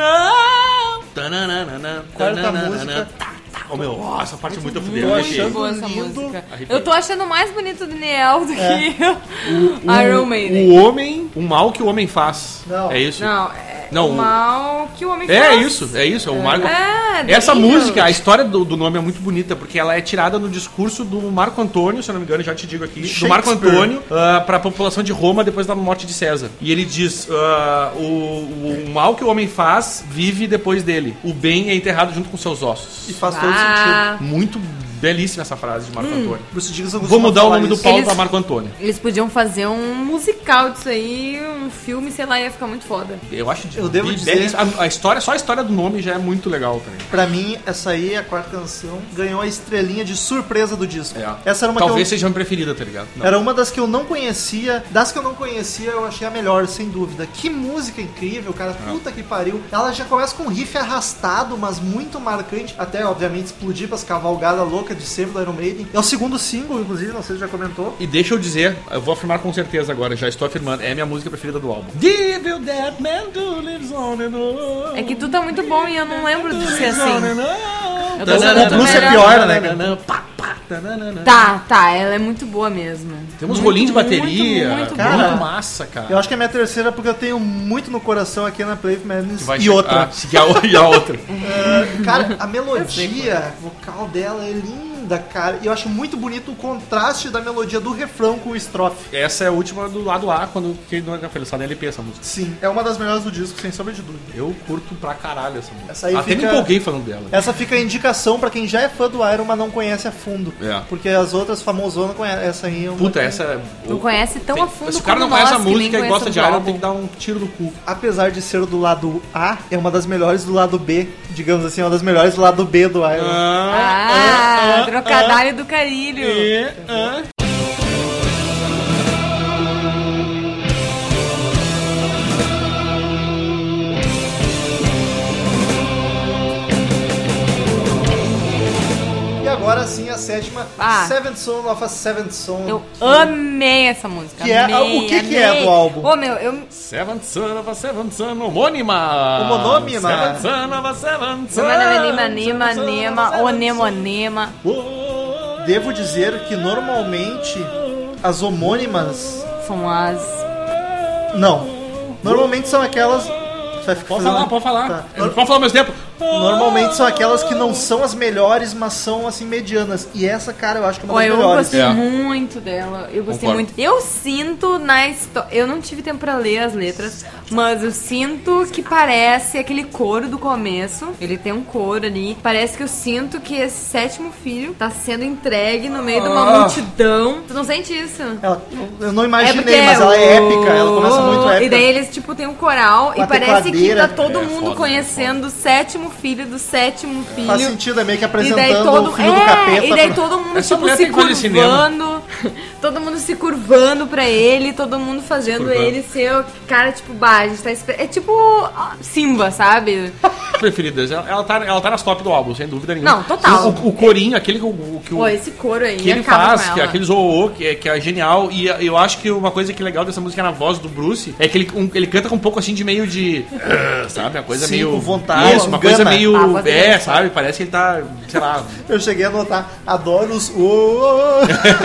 S2: On. Tananana,
S1: Quarta
S2: tananana,
S1: música.
S2: tá, tá. Oh, meu, ó, essa parte é muito
S1: Tô
S2: fudeu.
S1: achando
S3: Boa essa
S1: lindo.
S3: música.
S2: Arrepiei.
S3: Eu tô achando mais bonito o Daniel do que É. o Iron Maiden.
S2: O um homem, o mal que o homem faz.
S1: Não.
S2: É isso.
S3: Não, é
S2: Não,
S3: o
S2: o-
S3: mal que o homem
S2: É
S3: faz.
S2: isso, é isso, é o Marco.
S3: É,
S2: Essa
S3: Danilo.
S2: música, a história do, do nome é muito bonita, porque ela é tirada no discurso do Marco Antônio, se eu não me engano, já te digo aqui, do
S1: Shakespeare.
S2: Marco Antônio para a população de Roma depois da morte de César. E ele diz: ah, o, o mal que o homem faz vive depois dele, o bem é enterrado junto com seus
S1: E
S2: ossos.
S1: faz todo sentido.
S3: Ah,
S2: Muito belíssima essa frase de Marco Antônio.
S1: Bruce Dickinson
S2: Vou
S1: costuma
S2: mudar o
S1: falar
S2: nome do
S1: isso.
S2: Paulo
S3: Hum. Eles-
S2: pra Marco Antônio.
S3: eles podiam fazer um musical disso aí, um filme, sei lá, ia ficar muito foda.
S2: Eu acho de-
S1: Eu devo
S2: de-
S1: dizer-
S2: belíssima. A, a história, só a história do nome já é muito legal também.
S1: Pra mim, essa aí, a quarta canção, ganhou a estrelinha de surpresa do
S2: É.
S1: disco. Essa era uma
S2: Talvez
S1: que eu...
S2: seja a minha preferida, tá ligado? Não.
S1: Era uma das que eu não conhecia. Das que eu não conhecia, eu achei a melhor, sem dúvida. Que música incrível, cara.
S2: É.
S1: Puta que pariu. Ela já começa com um riff arrastado, mas muito marcante. Até, obviamente, explodir pras cavalgadas loucas de sempre do Iron Maiden. É o segundo single, inclusive, não sei se já comentou.
S2: E deixa eu dizer, eu vou afirmar com certeza agora, já estou afirmando, é a minha música preferida do álbum. The Evil Dead Man Do Lives On and On.
S3: É que tu tá muito bom e eu não lembro de ser assim. Eu tô
S1: Tananana,
S3: muito
S2: é
S1: Lúcia
S3: melhor.
S1: piora, né,
S3: Tá, tá, ela é muito boa mesmo.
S2: Temos
S3: Muito,
S2: rolinhos de bateria,
S3: Muito, muito
S1: Cara,
S3: boa.
S2: muito massa, cara.
S1: Eu acho que é a minha terceira porque eu tenho muito no coração aqui na Play Madness.
S2: Vai
S1: E
S2: chegar-
S1: outra.
S2: Ah, e a- e a outra.
S1: Cara,
S2: Uhum.
S1: a melodia vocal dela é linda, cara. E eu acho muito bonito o contraste da melodia do refrão com o estrofe.
S2: Essa é a última do lado A, quando que não é- foi lançada em LP essa música.
S1: Sim, é uma das melhores do disco, sem sombra de dúvida.
S2: Eu curto pra caralho essa música.
S1: Essa aí
S2: Até
S1: fica-
S2: me empolguei falando dela.
S1: Essa fica a indicação pra quem já é fã do Iron, mas não conhece a fundo.
S2: É.
S1: Porque as outras famosona conhece. Essa aí é uma
S2: Puta,
S1: que-
S2: essa é.
S3: Não conhece tão
S2: Tem-
S3: a fundo
S2: Se o cara
S3: como
S2: não conhece a
S3: nós, que nem
S2: música e gosta
S3: conhecemos
S2: de
S3: o
S2: Iron,
S3: álbum.
S2: tem que dar um tiro no cu.
S1: Apesar de ser do lado A, é uma das melhores do lado B. Digamos assim, é uma das melhores do lado B do Iron.
S3: Ah, trocadalho do carilho.
S2: ah.
S1: E agora sim, a sétima.
S3: Ah.
S1: Seventh Son of a Seventh Son.
S3: Eu amei essa música.
S1: Que é-
S3: amei,
S1: o que que
S3: amei.
S1: é do álbum?
S3: Ô, meu, eu.
S2: Seventh Son of a Seventh Son, homônima!
S1: Homonômima.
S2: Seventh Son of a Seventh Son! Seventh Son of
S3: Anima, anima,
S2: a
S3: anima,
S2: Seventh Son.
S3: onema, onema.
S2: Oh,
S1: Devo dizer que normalmente as homônimas
S3: São as.
S1: Não. Normalmente são aquelas. Você vai ficar
S2: Pode
S1: fazendo-
S2: falar, pode falar.
S1: Tá.
S2: Pode falar ao mesmo tempo.
S1: Normalmente são aquelas que não são as melhores, mas são assim medianas. E essa, cara, eu acho que é uma
S3: Ó,
S1: das
S3: eu
S1: melhores.
S3: gostei
S2: É.
S3: muito dela. Eu gostei
S2: Concordo.
S3: muito. Eu sinto na história. Eu não tive tempo pra ler as letras, mas eu sinto que parece aquele coro do começo. Ele tem um coro ali. Parece que eu sinto que esse sétimo filho tá sendo entregue no meio de uma
S2: Ah.
S3: multidão. Tu não sente isso?
S1: Ela- eu- eu não
S3: É
S1: imaginei,
S3: porque
S1: mas ela é
S2: Oh.
S3: o-
S1: épica, ela começa muito épica.
S3: E daí eles, tipo, tem um coral
S1: Uma
S3: e parece que
S1: tecladeira.
S3: tá todo
S2: É,
S3: mundo
S2: foda,
S3: conhecendo o sétimo filho do sétimo
S1: Faz
S3: filho.
S1: sentido, é meio que
S3: E
S1: apresentando
S3: daí todo
S1: o filho do
S3: é,
S1: capeta.
S3: E daí
S1: pra-
S3: todo mundo
S2: Essa
S3: tipo,
S2: mulher
S3: se
S2: tem coisa de cinema.
S3: curvando. Todo mundo se curvando pra ele, todo mundo fazendo
S2: Curvando.
S3: ele ser o cara, tipo, bah, a gente tá esper... É tipo ah, Simba, sabe?
S2: preferidas. Ela, ela, tá, ela tá nas top do álbum, sem dúvida nenhuma.
S3: Não, total.
S2: O, o corinho, aquele que o- o. Que o
S3: Pô, esse couro aí
S2: que ele
S3: acaba
S2: faz,
S3: com
S2: que é
S3: ela.
S2: aquele zoô, que é, que é genial. E eu acho que uma coisa que é legal dessa música na voz do Bruce é que ele, um- ele canta com um pouco assim de meio de. "Ah", Sabe? Uma coisa
S1: Sim,
S2: meio.
S1: com vontade,
S2: Isso, uma
S1: gana.
S2: coisa meio.
S3: A voz dele
S2: é,
S3: é
S2: sabe? Parece que ele tá. Sei lá.
S1: Eu cheguei a notar, adoro os. Ô, ô, ô.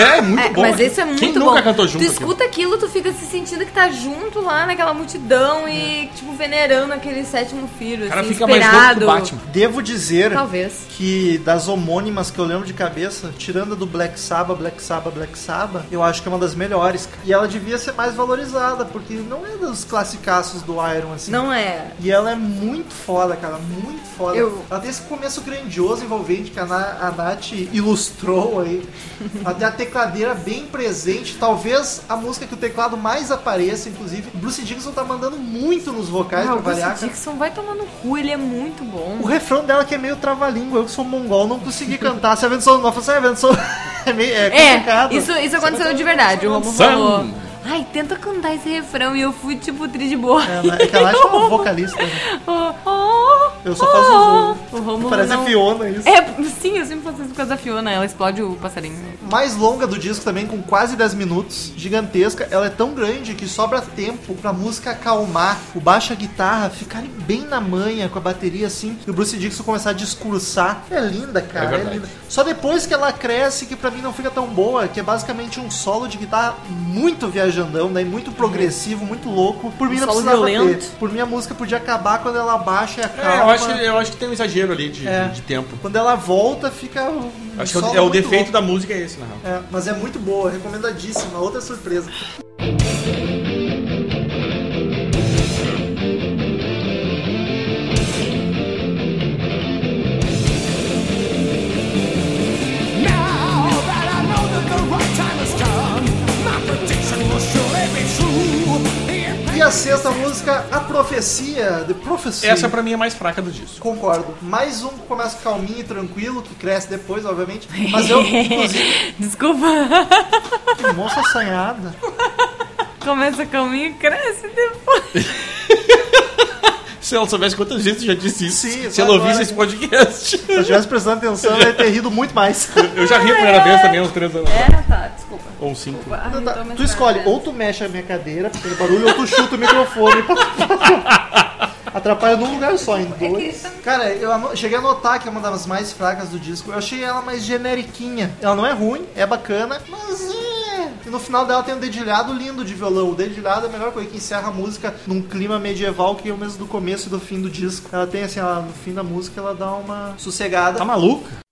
S2: É muito
S3: É,
S2: bom.
S3: mas esse é muito
S2: Quem
S3: bom.
S2: nunca cantou junto?
S3: tu
S2: aqui?
S3: escuta aquilo, tu fica se sentindo que tá junto lá naquela multidão e, tipo, venerando aquele sétimo filho,
S2: O cara
S3: assim,
S2: fica mais louco que
S3: esperado.
S2: o Batman.
S1: Devo dizer
S3: Talvez.
S1: que das homônimas que eu lembro de cabeça, tirando a do Black Sabbath, Black Sabbath, Black Sabbath, eu acho que é uma das melhores. E ela devia ser mais valorizada, porque não é dos classicaços do Iron, assim.
S3: Não é.
S1: E ela é muito foda, cara, muito foda.
S3: Eu-
S1: Ela tem esse começo grandioso, envolvente, que a, Na, a Nath ilustrou aí. Até a tecladeira bem presente. Talvez a música que o teclado mais apareça, inclusive. O Bruce Dickinson tá mandando muito nos vocais
S3: Ah,
S1: pra
S3: o Bruce
S1: variar, cara.
S3: Dixon vai tomar no cu, ele é muito bom.
S1: O refrão dela que é meio trava-língua, eu que sou mongol, não consegui cantar. Se a Venção nova, se a Venção. É meio é complicado.
S3: É, isso, isso aconteceu
S1: um
S3: de verdade. O Romo
S2: Sam.
S3: falou. Ai, tenta cantar esse refrão e eu fui tipo tri de boa.
S1: Ela- É que ela acha uma vocalista. né?
S3: Oh, oh,
S1: Eu só faço os-
S3: oh. O Romulo
S1: Parece a
S3: não-
S1: Fiona isso.
S3: É, sim, eu sempre faço isso por causa da Fiona, ela explode o passarinho.
S1: Mais longa do disco também, com quase 10 minutos, gigantesca. Ela é tão grande que sobra tempo pra música acalmar, o baixo e a guitarra ficarem bem na manha com a bateria assim, e o Bruce Dixon começar a discursar. É linda,
S2: É
S1: cara, é,
S2: verdade.
S1: linda. Só depois que ela cresce, que pra mim não fica tão boa, que é basicamente um solo de guitarra muito viajandão, né? Muito
S2: Uhum.
S1: progressivo, muito louco. Por mim
S3: Um
S1: não
S3: solo
S1: precisava
S3: violento.
S1: ter. Por mim a música podia acabar quando ela baixa e acalma.
S2: É, eu acho, eu acho que tem um exagero ali de,
S1: É.
S2: de tempo.
S1: Quando ela volta, fica. um
S2: Acho que é
S1: solo
S2: o- é o
S1: muito
S2: defeito
S1: louco.
S2: da música é esse, na real.
S1: É, mas é muito boa, recomendadíssima, outra surpresa.
S6: Now that I know that the right time has come, my prediction will surely be true.
S1: E a sexta música, A Profecia, The Prophecy.
S2: Essa pra mim é mais fraca do disco.
S1: Concordo. Mais um que começa calminho e tranquilo, que cresce depois, obviamente. Mas eu, inclusive,
S3: Desculpa.
S1: que moça assanhada.
S3: Começa caminho e cresce depois.
S2: Se ela soubesse quantas vezes eu já disse isso,
S1: Sim,
S2: se ela
S1: agora.
S2: ouvisse esse podcast.
S1: Se eu estivesse prestando atenção, eu ia ter rido muito mais.
S2: Eu já ri a primeira vez também, uns três anos.
S3: É, tá, desculpa.
S2: Ou cinco.
S3: Ai,
S1: Então
S3: tô
S1: tá, tu
S3: menstruada.
S1: escolhe, ou tu mexe a minha cadeira, pelo barulho, ou tu chuta o microfone. Atrapalha num lugar só, em dois. Cara, eu ano- cheguei a notar que é uma das mais fracas do disco. Eu achei ela mais generiquinha. Ela não é ruim, é bacana, mas é. E no final dela tem um dedilhado lindo de violão. O dedilhado é a melhor coisa que encerra a música num clima medieval que é o mesmo do começo e do fim do disco. Ela tem assim, ela, no fim da música ela dá uma sossegada.
S2: Tá maluca?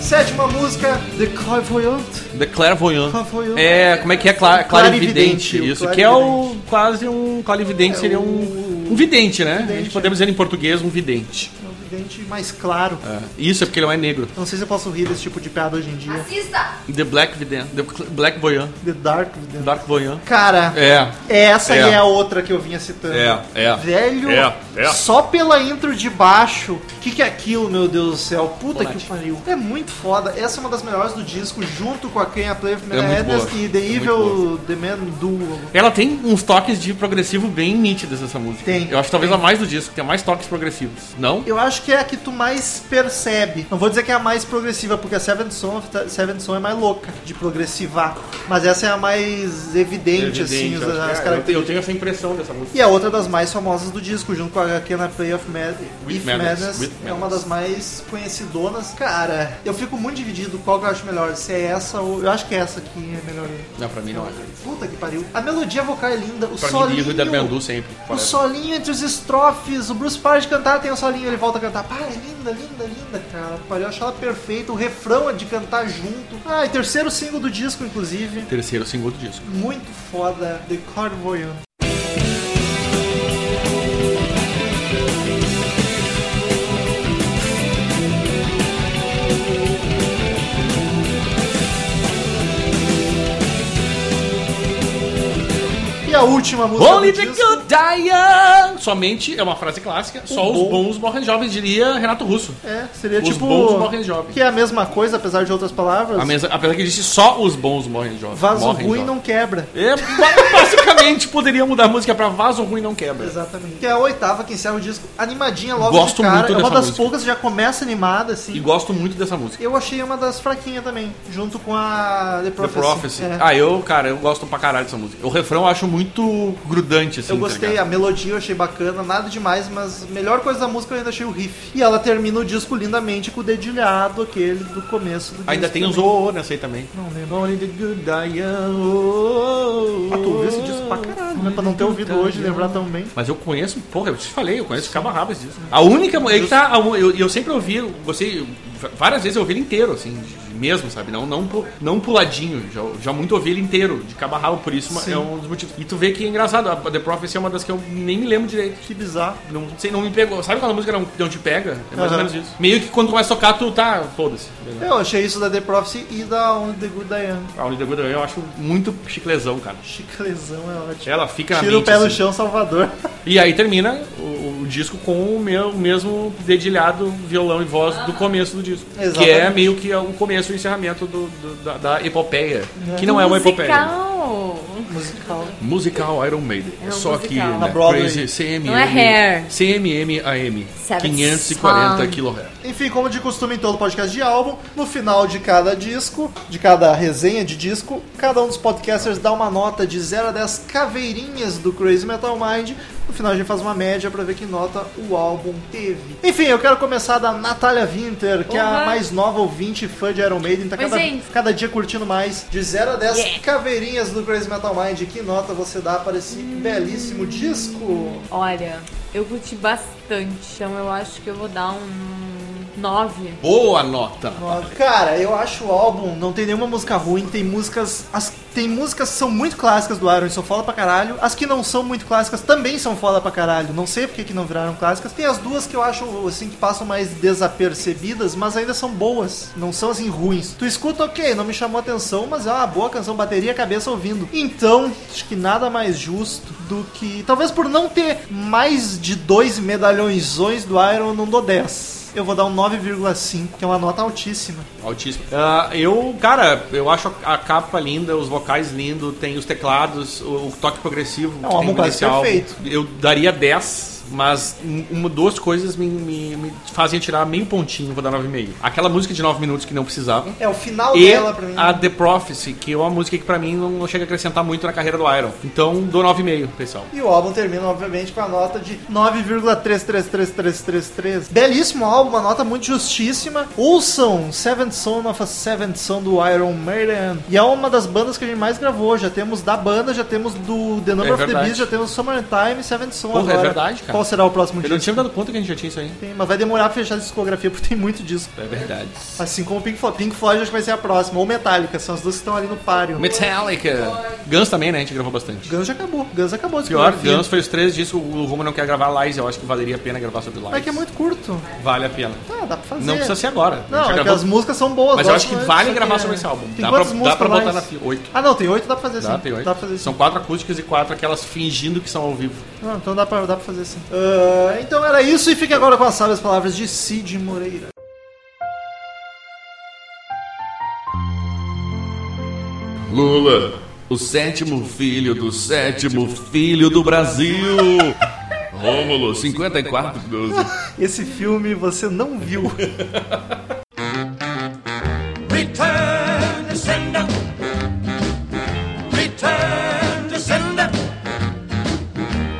S1: Sétima música, The Clairvoyant.
S2: The Clairvoyant.
S1: Clairvoyant.
S2: É, como é que é? Cla clarividente,
S1: Clarividente, o
S2: isso. Que é o
S1: clarividente.
S2: quase um. Clarividente
S1: É,
S2: seria um.
S1: o-
S2: Um vidente, né? A gente
S1: vidente, é.
S2: podemos dizer em português um vidente.
S1: evidente e É mais claro.
S2: Isso é porque ele não é negro.
S1: Não sei se eu posso rir desse tipo de piada hoje em dia.
S3: Assista!
S2: The Black Vidan. The Cl- Black Boyan.
S1: The Dark.
S2: Dark Boyan.
S1: Cara,
S2: É.
S1: essa
S2: É.
S1: é a outra que eu vinha citando.
S2: É, é.
S1: Velho,
S2: É, é.
S1: só pela intro de baixo, o que, que é aquilo, meu Deus do céu? Puta
S2: Bonatti.
S1: que pariu. É muito foda. Essa é uma das melhores do disco, junto com a Can I Play with My
S2: É muito
S1: Madness
S2: boa.
S1: e The
S2: É muito
S1: Evil The Man Duo.
S2: Ela tem uns toques de progressivo bem nítidos essa música.
S1: Tem.
S2: Eu acho que talvez a mais do disco, tem mais toques progressivos. Não?
S1: Eu acho que é a que tu mais percebe. Não vou dizer que é a mais progressiva, porque a Seventh Son, Seventh Son é mais louca de progressivar. Mas essa é a mais evidente, assim, as,
S2: eu acho que-
S1: as
S2: é, eu,
S1: características.
S2: tenho- eu tenho essa impressão dessa música.
S1: E é outra das mais famosas do disco, junto com a Can I Play of Mad
S2: With
S1: If
S2: Madness,
S1: Madness,
S2: With
S1: é uma das mais conhecidonas. Cara, eu fico muito dividido qual que eu acho melhor, se é essa ou... Eu acho que é essa que é melhor.
S2: Não, pra mim não é.
S1: Puta que pariu. A melodia vocal é linda, o
S2: Pra mim,
S1: solinho...
S2: Diego e Darmandu sempre.
S1: o
S2: parece.
S1: solinho entre os estrofes, o Bruce para de cantar, tem o solinho, ele volta a cantar. Pá, é linda, linda, linda, cara. Pariu, eu acho ela perfeita, o refrão é de cantar junto. Ah, e terceiro single do disco, inclusive.
S2: Terceiro single do disco.
S1: Muito foda, The Clairvoyant. E a última música
S2: Only
S1: do
S2: the
S1: disco,
S2: good die. Somente, é uma frase clássica, só
S1: bom-
S2: os bons morrem jovens, diria Renato Russo.
S1: é, seria
S2: Os
S1: tipo
S2: bons morrem jovens.
S1: que é a mesma coisa, apesar de outras palavras.
S2: A mesa- apesar que existe só os bons morrem jovens.
S1: Vaso
S2: morrem
S1: ruim
S2: jovens.
S1: não quebra.
S2: É, ba- basicamente poderia mudar a música pra vaso ruim não quebra.
S1: Exatamente. Que é a oitava que encerra o disco animadinha logo
S2: Gosto
S1: de cara.
S2: muito
S1: é uma
S2: dessa
S1: das
S2: música.
S1: poucas que já começa animada assim.
S2: E gosto muito dessa música.
S1: Eu achei uma das fraquinhas também, junto com a The
S2: The
S1: Prophecy.
S2: Prophecy.
S1: É.
S2: Ah, eu, cara, eu gosto pra caralho dessa música. O refrão eu acho muito grudante, assim.
S1: eu
S2: tá
S1: gostei,
S2: ligado?
S1: a melodia eu achei bacana, nada demais, mas a melhor coisa da música eu ainda achei o riff. E ela termina o disco lindamente com o dedilhado aquele do começo do
S2: Ainda
S1: disco.
S2: tem oh, os
S1: também.
S2: o nessa né, aí também.
S1: Não lembro.
S2: Only the good die young, oh, oh,
S1: Ah, tu ouviu esse disco pra caralho, né? Pra não ter ouvido hoje e lembrar tão bem.
S2: Mas eu conheço, porra, eu te falei, eu conheço Cabo Rabas disso. A única. É que tá, a un- eu, eu sempre ouvi, eu gostei, eu- várias vezes eu ouvi ele inteiro, assim, de- mesmo, sabe? Não, não, pu- não puladinho, já, já muito ouvi ele inteiro, de Cabo a Rabo, por isso uma-
S1: Sim.
S2: é um dos motivos. E tu vê que é engraçado, a The Prophecy é uma das que eu nem me lembro direito.
S1: Que bizarro.
S2: Não sei, não me pegou. Sabe aquela música não, não te pega? É mais ou
S1: Aham.
S2: menos isso. Meio que quando começa a tocar, tu tá, foda-se.
S1: Eu achei isso da The Prophecy e da On The Good Diane.
S2: A Only the Good eu acho muito chiclezão, cara.
S1: Chiclezão é ótimo.
S2: Ela fica na
S1: Tira o
S2: mente,
S1: pé no
S2: assim.
S1: chão, Salvador.
S2: E aí termina o, o disco com o meu, o mesmo dedilhado violão e voz do começo do disco. Que é
S1: Exatamente.
S2: meio que o começo e o encerramento do, do- da, da epopeia. Que não é uma epopeia.
S3: Musical.
S1: Musical.
S2: Musical Iron Maiden.
S3: É um
S2: Só que
S3: musical.
S1: Na
S2: né,
S1: Broadway.
S2: Crazy CMM.
S3: Não é hair.
S2: CMM AM.
S3: Seven
S2: 540
S3: song.
S2: kHz.
S1: Enfim, como de costume em todo podcast de álbum, no final de cada disco, de cada resenha de disco, cada um dos podcasters dá uma nota de 0 a 10 caveirinhas do Crazy Metal Mind. No final a gente faz uma média pra ver que nota o álbum teve. Enfim, eu quero começar da Natália Winter, que é a
S3: Uhum.
S1: mais nova ouvinte e fã de Iron Maiden, tá
S3: Oi,
S1: cada,
S3: gente.
S1: cada dia curtindo mais. De 0 a 10
S3: Yeah.
S1: caveirinhas do Crazy Metal Mind, que nota você dá para esse belíssimo disco?
S3: Olha, eu curti bastante, então eu acho que eu vou dar um 9.
S2: Boa nota.
S1: Cara, eu acho o álbum, não tem nenhuma música ruim, tem músicas. As, tem músicas que são muito clássicas do Iron, são foda pra caralho. As que não são muito clássicas também são foda pra caralho. Não sei porque que não viraram clássicas. Tem as duas que eu acho assim que passam mais desapercebidas, mas ainda são boas. Não são assim ruins. Tu escuta, ok, não me chamou atenção, mas é uma boa canção, bateria a cabeça ouvindo. Então, acho que nada mais justo do que. Talvez por não ter mais de dois medalhões do Iron, eu não dou 10. Eu vou dar um 9,5, que é uma nota altíssima.
S2: Altíssimo. Ah, eu, cara, eu acho a capa linda, os vocais lindos, tem os teclados, o, o toque progressivo.
S1: É um
S2: que
S1: álbum
S2: tem
S1: quase
S2: nesse álbum.
S1: perfeito.
S2: Eu daria 10, mas um- uma, duas coisas me, me- me fazem tirar meio pontinho, vou dar 9,5. Aquela música de 9 minutos que não precisava.
S1: É o final
S2: E
S1: dela pra mim.
S2: a The Prophecy, que é uma música que pra mim não, não chega a acrescentar muito na carreira do Iron. Então dou 9,5, pessoal.
S1: E o álbum termina, obviamente, com a nota de 9,333333. Belíssimo álbum, uma nota muito justíssima. Ouçam Seventh Son of a Seventh Son do Iron Maiden. E é uma das bandas que a gente mais gravou. Já temos da banda, já temos do The Number
S2: É
S1: of the
S2: verdade.
S1: Beast, já temos Summertime e Seventh Son
S2: Porra, é
S1: agora.
S2: verdade, cara.
S1: qual será o próximo
S2: Eu não
S1: disco.
S2: tinha me dado conta que a gente já tinha isso aí.
S1: Tem, mas vai demorar pra fechar a discografia, porque tem muito disco.
S2: É verdade.
S1: Assim como o Pink Floyd. Pink Floyd acho que vai ser a próxima. Ou Metallica, são as duas que estão ali no páreo.
S2: Metallica. Guns também, né? A gente gravou bastante.
S1: Guns já acabou. Guns acabou a
S2: Pior,
S1: discografia.
S2: Guns foi os três discos. O Romulo não quer gravar Lies. Eu acho que valeria a pena gravar sobre Lies.
S1: Mas é que é muito curto.
S2: Vale a pena.
S1: Ah, dá pra fazer.
S2: Não precisa ser agora. A gente
S1: Não,
S2: já
S1: é que
S2: gravou-
S1: as músicas são boas.
S2: Mas eu
S1: gosto
S2: acho que
S1: muito,
S2: vale
S1: só
S2: gravar
S1: é-
S2: sobre esse álbum.
S1: Tem
S2: Dá
S1: quantas
S2: pra- dá
S1: músicas
S2: pra botar
S1: mais?
S2: na fila? Oito.
S1: Ah, não, tem oito, dá pra fazer assim.
S2: Dá, tem oito.
S1: Dá pra fazer assim.
S2: São quatro acústicas e quatro aquelas fingindo que são ao vivo.
S1: Não, então dá pra, dá pra fazer assim. Ah, então era isso e fique agora com as sábias palavras de Cid Moreira.
S7: Lula, o sétimo filho do sétimo filho do Brasil. Rômulo, 54 12.
S1: Esse filme você não viu.
S6: Return to sender. Return to sender.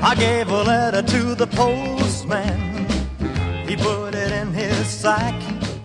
S6: I gave a letter to the postman. He put it in his sack.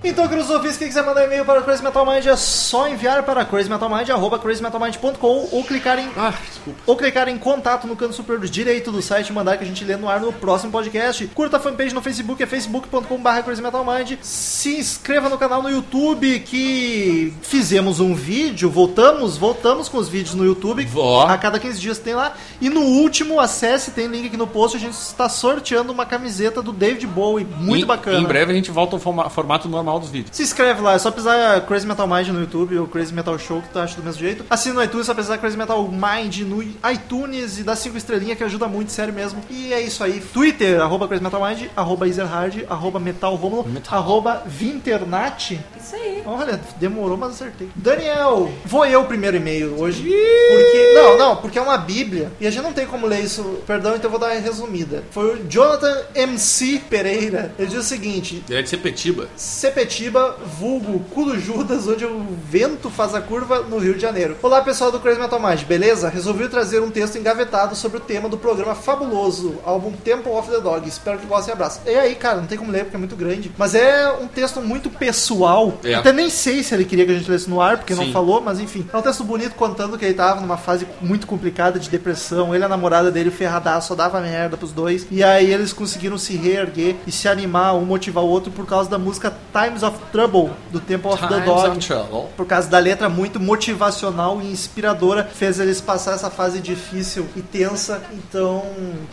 S1: Então, queridos ouvintes, quem quiser mandar e-mail para Crazy Metal Mind é só enviar para crazymetalmind, arroba crazymetalmind.com ou clicar em
S2: Ah, desculpa.
S1: ou clicar em contato no canto superior direito do site e mandar que a gente lê no ar no próximo podcast. Curta a fanpage no Facebook, é facebook.com.br crazymetalmind. Se inscreva no canal no YouTube que fizemos um vídeo, voltamos, voltamos com os vídeos no YouTube.
S2: Vó.
S1: A cada 15 dias tem lá. E no último, acesse, tem link aqui no post, a gente está sorteando uma camiseta do David Bowie, muito
S2: Em-
S1: bacana.
S2: Em breve a gente volta ao forma- formato normal dos vídeos.
S1: Se inscreve lá, é só pesar Crazy Metal Mind no YouTube ou Crazy Metal Show, que tu acha do mesmo jeito. Assina no iTunes, é só pesar Crazy Metal Mind no iTunes e dá 5 estrelinhas, que ajuda muito, sério mesmo. E é isso aí. Twitter, arroba Crazy Metal Mind, arroba Ezerhard, arroba Metal Romulo,
S2: Metal.
S1: arroba Vinternat.
S3: Isso aí.
S1: Olha, demorou, mas acertei. Daniel, vou eu o primeiro e-mail hoje. Porque. Não, não, porque é uma bíblia. E a gente não tem como ler isso. Perdão, então eu vou dar uma resumida. Foi o Jonathan MC Pereira. Ele diz o seguinte:
S7: É
S2: Deve ser Petiba.
S1: Sepetiba, vulgo Culo Judas, onde o vento faz a curva no Rio de Janeiro. Olá pessoal do Crazy Metal Mind, beleza? Resolvi trazer um texto engavetado sobre o tema do programa fabuloso, álbum Temple of the Dog. Espero que gostem e abraço. E aí, cara, não tem como ler porque é muito grande. Mas é um texto muito pessoal.
S2: É.
S1: Até nem sei se ele queria que a gente lesse no ar, porque não
S2: Sim.
S1: falou, mas enfim. É um texto bonito contando que ele tava numa fase muito complicada de depressão. Ele e a namorada dele ferradaço, só dava merda pros dois. E aí eles conseguiram se reerguer e se animar, um motivar o outro por causa da música Times of Trouble, do Temple of the
S2: Times
S1: Dog
S2: of Trouble.
S1: por causa da letra muito motivacional e inspiradora, fez eles passar essa fase difícil e tensa. Então,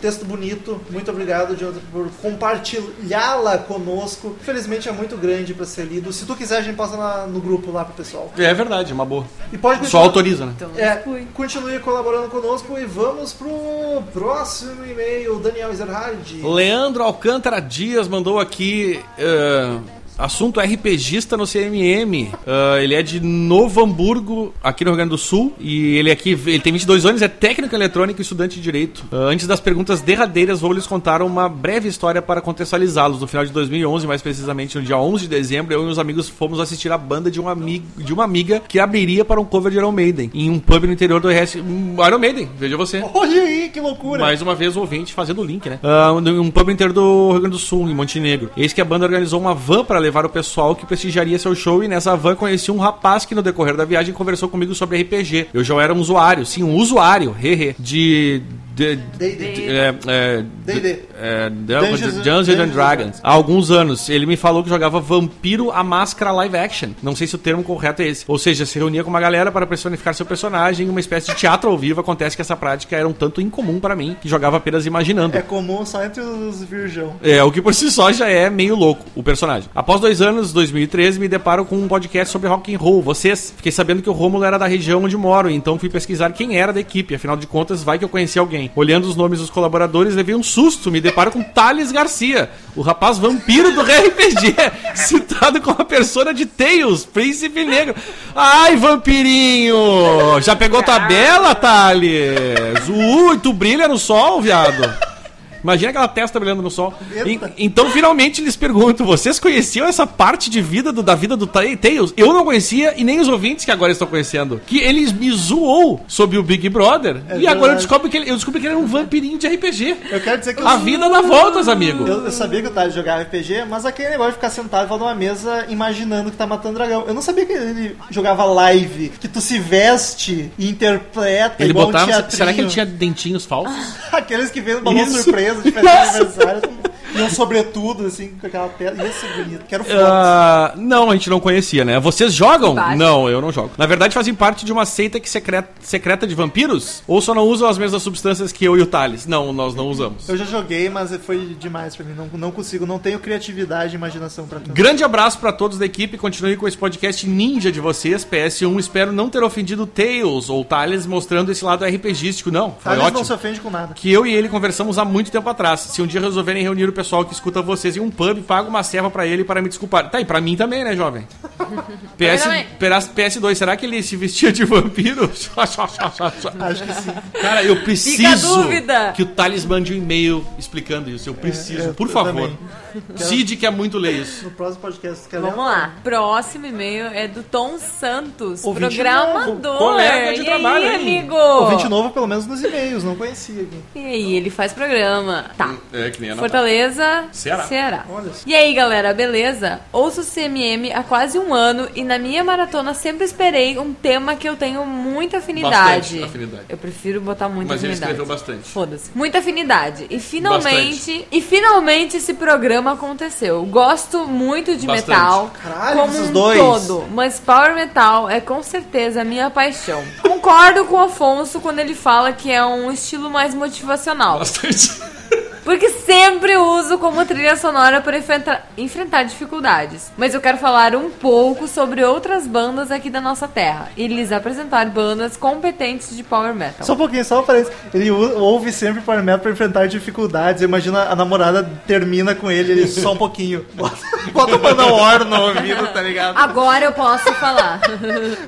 S1: texto bonito. Muito obrigado, Jonathan, por compartilhá-la conosco. Infelizmente é muito grande pra ser lido. Se tu quiser, a gente posta na- no grupo lá pro pessoal.
S2: É verdade, é uma boa.
S1: E pode
S2: Só autoriza, né?
S3: Então,
S1: É,
S3: fui.
S1: continue colaborando conosco e vamos pro próximo e-mail, Daniel Ezerhard.
S2: Leandro Alcântara Dias mandou aqui. eh, Assunto RPGista no CMM. Ah, ele é de Novo Hamburgo, aqui no Rio Grande do Sul. E ele aqui, ele tem 22 anos, é técnico eletrônico e estudante de direito. Ah, antes das perguntas derradeiras, vou lhes contar uma breve história para contextualizá-los. No final de 2011, mais precisamente no dia 11 de dezembro, eu e meus amigos fomos assistir a banda de um amigo, de uma amiga que abriria para um cover de Iron Maiden em um pub no interior do RS. Hum, Iron Maiden, veja você.
S1: Olha aí, que loucura!
S2: Mais uma vez o ouvinte fazendo o link, né? Ah, um um pub inteiro do Rio Grande do Sul, em Montenegro. Eis que a banda organizou uma van para levar o pessoal que prestigiaria seu show e nessa van conheci um rapaz que no decorrer da viagem conversou comigo sobre RPG. Eu já era um usuário, sim, um usuário, hehe, de... de-
S1: D&D.
S2: de- é, é,
S1: D&D.
S2: é,
S1: Dungeons
S2: Dungeons,
S1: and-
S2: Dungeons and
S1: Dungeons and
S2: Dragons. Há alguns anos, ele me falou que jogava Vampiro a Máscara Live Action. Não sei se o termo correto é esse. Ou seja, se reunia com uma galera para personificar seu personagem em uma espécie de teatro ao vivo. Acontece que essa prática era um tanto incomum para mim, que jogava apenas imaginando.
S1: É comum só entre os virgão.
S2: É, o que por si só já é meio louco, o personagem. Após dois anos, 2013, me deparo com um podcast sobre rock and roll. Vocês, fiquei sabendo que o Rômulo era da região onde moro, então fui pesquisar quem era da equipe. Afinal de contas, vai que eu conheci alguém. Olhando os nomes dos colaboradores, levei um susto. Me deparo com Thales Garcia, o rapaz vampiro do RPG, citado como a persona de Tails, Príncipe Negro. Ai, vampirinho! Já pegou tabela, Thales? Ui, tu brilha no sol, viado? Imagina aquela testa brilhando no sol. E- então, finalmente, eles perguntam: vocês conheciam essa parte de vida do- da vida do Ta- Tails? Eu não conhecia e nem os ouvintes que agora estão conhecendo. Que eles me zoou sobre o Big Brother. e agora eu
S1: É verdade.
S2: descobri, que ele, eu descobri que ele era um vampirinho de RPG.
S1: Eu quero dizer que eu
S2: A vida dá voltas, amigo.
S1: Eu, eu sabia que o Thales jogava RPG, mas aquele negócio de ficar sentado em volta de uma mesa imaginando que tá matando dragão. Eu não sabia que ele jogava live, que tu se veste e interpreta
S2: ele
S1: igual um
S2: botava.
S1: teatrinho.
S2: será que ele tinha dentinhos falsos?
S1: Aqueles que vêm no balão
S2: Isso.
S1: surpresa. surpresa de fazer aniversário. E um sobretudo, assim, com aquela tela. Ia ser bonito. Quero fotos.
S2: Ah, não, a gente não conhecia, né? Vocês jogam?
S3: Baixo.
S2: Não, eu não jogo. Na verdade, fazem parte de uma seita que secreta, secreta de vampiros? Ou só não usam as mesmas substâncias que eu e o Thales? Não, nós não usamos.
S1: Eu já joguei, mas foi demais pra mim. Não, não consigo, não tenho criatividade e imaginação pra tanto.
S2: Grande abraço pra todos da equipe. Continue com esse podcast ninja de vocês, PS1. Espero não ter ofendido o Tails ou Thales mostrando esse lado RPGístico. Não, foi
S1: Thales não
S2: ótimo.
S1: se ofende com nada.
S2: Que eu e ele conversamos há muito tempo atrás. Se um dia resolverem reunir o pessoal que escuta vocês em um pub, pago uma serva pra ele para me desculpar. Tá, e pra mim também, né, jovem? PS,
S3: também.
S2: PS, PS2, será que ele se vestia de vampiro?
S1: Acho que sim.
S2: Cara, eu
S3: Fica a
S2: preciso
S3: dúvida.
S2: que o Thales mande um e-mail explicando isso. Eu preciso,
S1: É, eu
S2: por favor.
S1: também.
S2: Cid quer muito ler isso.
S1: No próximo podcast, quer
S3: Vamos
S1: ler?
S3: lá. Próximo e-mail é do Tom Santos,
S1: Ouvinte
S3: programador.
S2: novo, colega de
S3: e
S2: trabalho,
S3: aí,
S2: hein?
S3: amigo?
S1: Ouvinte novo, pelo menos nos e-mails, não conhecia aqui.
S3: E aí, ele faz programa. Tá.
S7: É que nem a Natália.
S3: Fortaleza,
S2: Hum. Ceará.
S1: Olha só.
S3: E aí, galera, beleza? Ouço o CMM há quase um ano e na minha maratona sempre esperei um tema que eu tenho muita afinidade.
S7: Bastante afinidade.
S3: Eu prefiro botar muita
S7: Mas ele
S3: afinidade.
S7: escreveu bastante.
S3: Foda-se. Muita afinidade. E finalmente, e finalmente esse programa aconteceu. Gosto muito de
S7: Bastante.
S3: metal,
S1: Caralho,
S3: como
S1: esses
S3: um
S1: dois.
S3: todo, mas power metal é com certeza a minha paixão. Concordo com o Afonso quando ele fala que é um estilo mais motivacional.
S7: Bastante.
S3: Porque sempre uso como trilha sonora para enfrentar, enfrentar dificuldades. Mas eu quero falar um pouco sobre outras bandas aqui da nossa terra e lhes apresentar bandas competentes de power metal.
S1: Só um pouquinho, só para Ele ou- ouve sempre Power Metal pra enfrentar dificuldades. Imagina a namorada termina com ele, ele só um pouquinho. Bota, bota o Manowar no ouvido, tá ligado?
S3: Agora eu posso falar.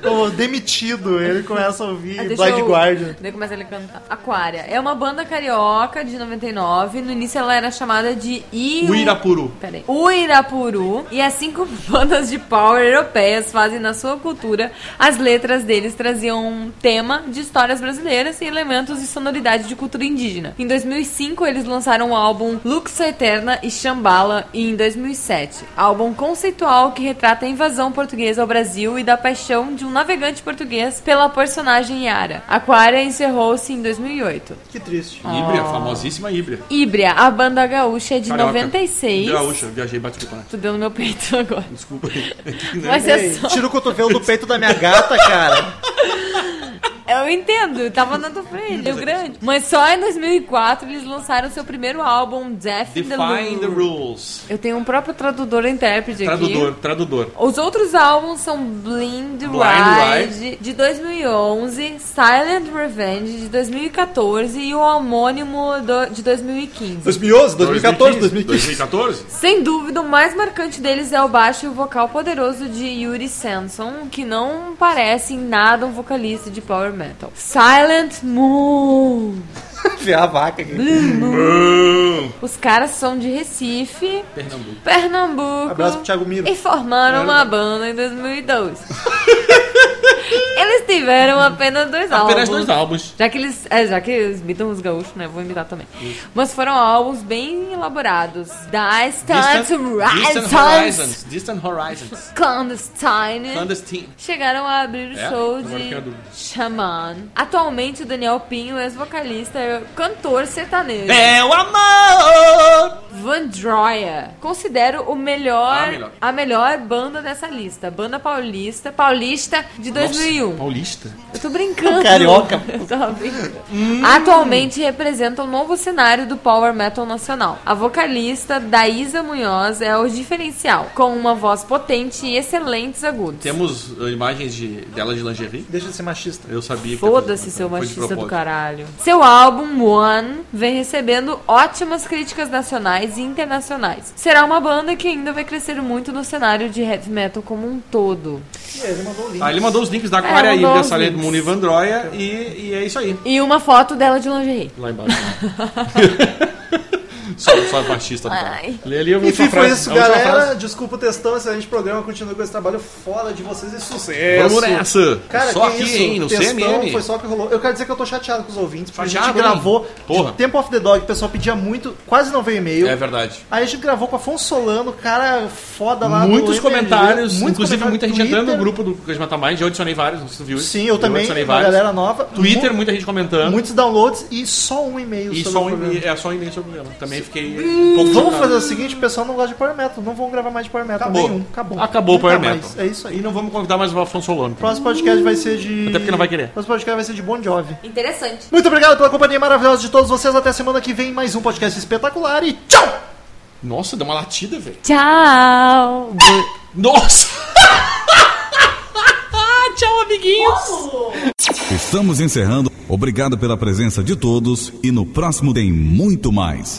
S1: Ou demitido, ele começa a ouvir
S3: Aí
S1: Blind
S3: Ah, eu-
S1: Guardian.
S3: Daí começa ele a cantar. Aquária. É uma banda carioca de 99. No início ela era chamada de Iu...
S2: Uirapuru.
S3: Peraí. O Irapuru e as cinco bandas de power europeias fazem na sua cultura. As letras deles traziam um tema de histórias brasileiras e elementos de sonoridade de cultura indígena. Em 2005, eles lançaram o álbum Luxa Eterna e Shambhala e em 2007, álbum conceitual que retrata a invasão portuguesa ao Brasil e da paixão de um navegante português pela personagem Yara. Aquária encerrou-se em 2008.
S1: Que triste.
S3: Oh.
S2: Híbria, famosíssima Híbria.
S3: Híbria, a banda gaúcha é de
S2: Carioca.
S3: 96.
S2: Gaúcha, viajei, bate desculpa, né?
S3: Tu deu no meu peito agora.
S2: Desculpa aí.
S3: Mas é
S1: Ei,
S3: só.
S1: tira o cotovelo do peito da minha gata, cara.
S3: Eu entendo, eu tava na tua frente, Rio Grande. Mas só em 2004 eles lançaram seu primeiro álbum, Death
S2: Define
S3: in
S2: the
S3: the Loop.
S2: rules.
S3: Eu tenho um próprio tradutor e intérprete
S2: Tradudor,
S3: aqui.
S2: tradudor.
S3: Os outros álbuns são Blind,
S2: Blind
S3: Ride, de 2011, Silent Revenge de 2014 e o homônimo do- de 2015.
S1: 2011, 2014, 2015.
S7: 2014?
S3: Sem dúvida, o mais marcante deles é o baixo e o vocal poderoso de Yuri Sanson, que não parece em nada um vocalista de power metal. Silent Moon.
S1: Vê a vaca aqui.
S3: Os caras são de Recife,
S2: Pernambuco.
S3: Pernambuco.
S1: Abraço pro Thiago Miro.
S3: E formaram uma banda em 2002. eles tiveram apenas dois álbuns.
S2: Apenas Tá, dois álbuns.
S3: Já que eles. É, já que eles imitam os gaúchos, né? Vou imitar também. Mas foram álbuns bem elaborados. Da Start Tá, to
S2: Distant
S3: Rise
S2: Horizons. Distant Horizons.
S3: Clandestine.
S2: Clandestine.
S3: Chegaram a abrir o
S2: É?
S3: show
S2: Agora fiquei na
S3: de
S2: dúvida.
S3: Xamã. Atualmente, o Daniel Pinho, ex-vocalista, é cantor sertanejo.
S2: Meu amor!
S3: Van Droya. Considero o melhor,
S2: Ah, melhor.
S3: a melhor banda dessa lista. Banda paulista, paulista de 2001.
S2: Nossa, paulista.
S3: Eu tô brincando.
S1: Carioca.
S3: Eu tava brincando. Atualmente representa um novo cenário do power metal nacional. A vocalista Daísa Munhoz é o diferencial, com uma voz potente e excelentes agudos.
S2: Temos uh, imagens de, dela de lingerie?
S1: Deixa de ser machista.
S2: Eu sabia que...
S3: Foda-se, seu
S2: foi de
S3: machista do
S2: propósito.
S3: caralho. Seu álbum One vem recebendo ótimas críticas nacionais e internacionais. Será uma banda que ainda vai crescer muito no cenário de heavy metal como um todo.
S1: Ele mandou o link.
S2: Ah, ele mandou os links da Aquaria
S3: É, mandou
S2: Híbria,
S3: os
S2: Salento
S3: links.
S2: Mundo e Vandroia. E, e é isso aí.
S3: E uma foto dela de lingerie.
S2: Lá embaixo. Só, só então. baixista
S3: É.
S2: do cara.
S3: Ai.
S2: Lê ali eu vi
S1: Enfim,
S2: uma
S1: foi
S2: frase,
S1: isso,
S2: a última
S1: galera.
S2: frase.
S1: Desculpa o textão, excelente programa. Continue com esse trabalho foda de vocês e sucesso.
S2: Vamos nessa.
S1: É assim. Cara,
S2: só
S1: que
S2: aqui,
S1: isso?
S2: hein, no
S1: Textão,
S2: CMM.
S1: Foi só que rolou. Eu quero dizer que eu tô chateado com os ouvintes, porque a gente
S2: Chateado, hein?
S1: gravou
S2: Porra.
S1: de Tempo of the Dog, o pessoal pedia muito, quase não veio e-mail.
S2: É verdade.
S1: Aí a gente gravou com Afonso Solano, cara foda lá do
S2: muitos
S1: MLG,
S2: comentários,
S1: muitos comentários,
S2: inclusive muita gente
S1: Twitter.
S2: entrando no grupo do Cães Mata Mais, já adicionei vários, não sei se tu viu isso.
S1: Sim, eu também,
S2: adicionei
S1: uma
S2: vários.
S1: galera nova.
S2: Twitter,
S1: Mu-
S2: muita gente comentando.
S1: muitos downloads e só um e-mail
S2: e
S1: sobre
S2: só
S1: o
S2: um
S1: programa.
S2: e-mail, é só um e-mail sobre o programa. Também fiquei um pouco
S1: Vamos
S2: chocado.
S1: fazer o seguinte, o pessoal não gosta de Power Metal, não vão gravar mais de Power Metal
S2: Acabou.
S1: nenhum. Acabou.
S2: Acabou o Power
S1: Nunca
S2: Metal.
S1: mais. É isso aí.
S2: E não vamos convidar mais o Afonso Solano.
S1: O próximo podcast vai ser de.
S2: Até porque não vai querer.
S1: O próximo podcast vai ser de Bon Jovi.
S3: Interessante.
S1: Muito obrigado pela companhia maravilhosa de todos vocês. Até semana que vem, mais um podcast espetacular e tchau!
S2: Nossa, deu uma latida, velho.
S5: Tchau.
S2: Nossa! Tchau, amiguinhos!
S8: Estamos encerrando. Obrigado pela presença de todos e no próximo tem muito mais.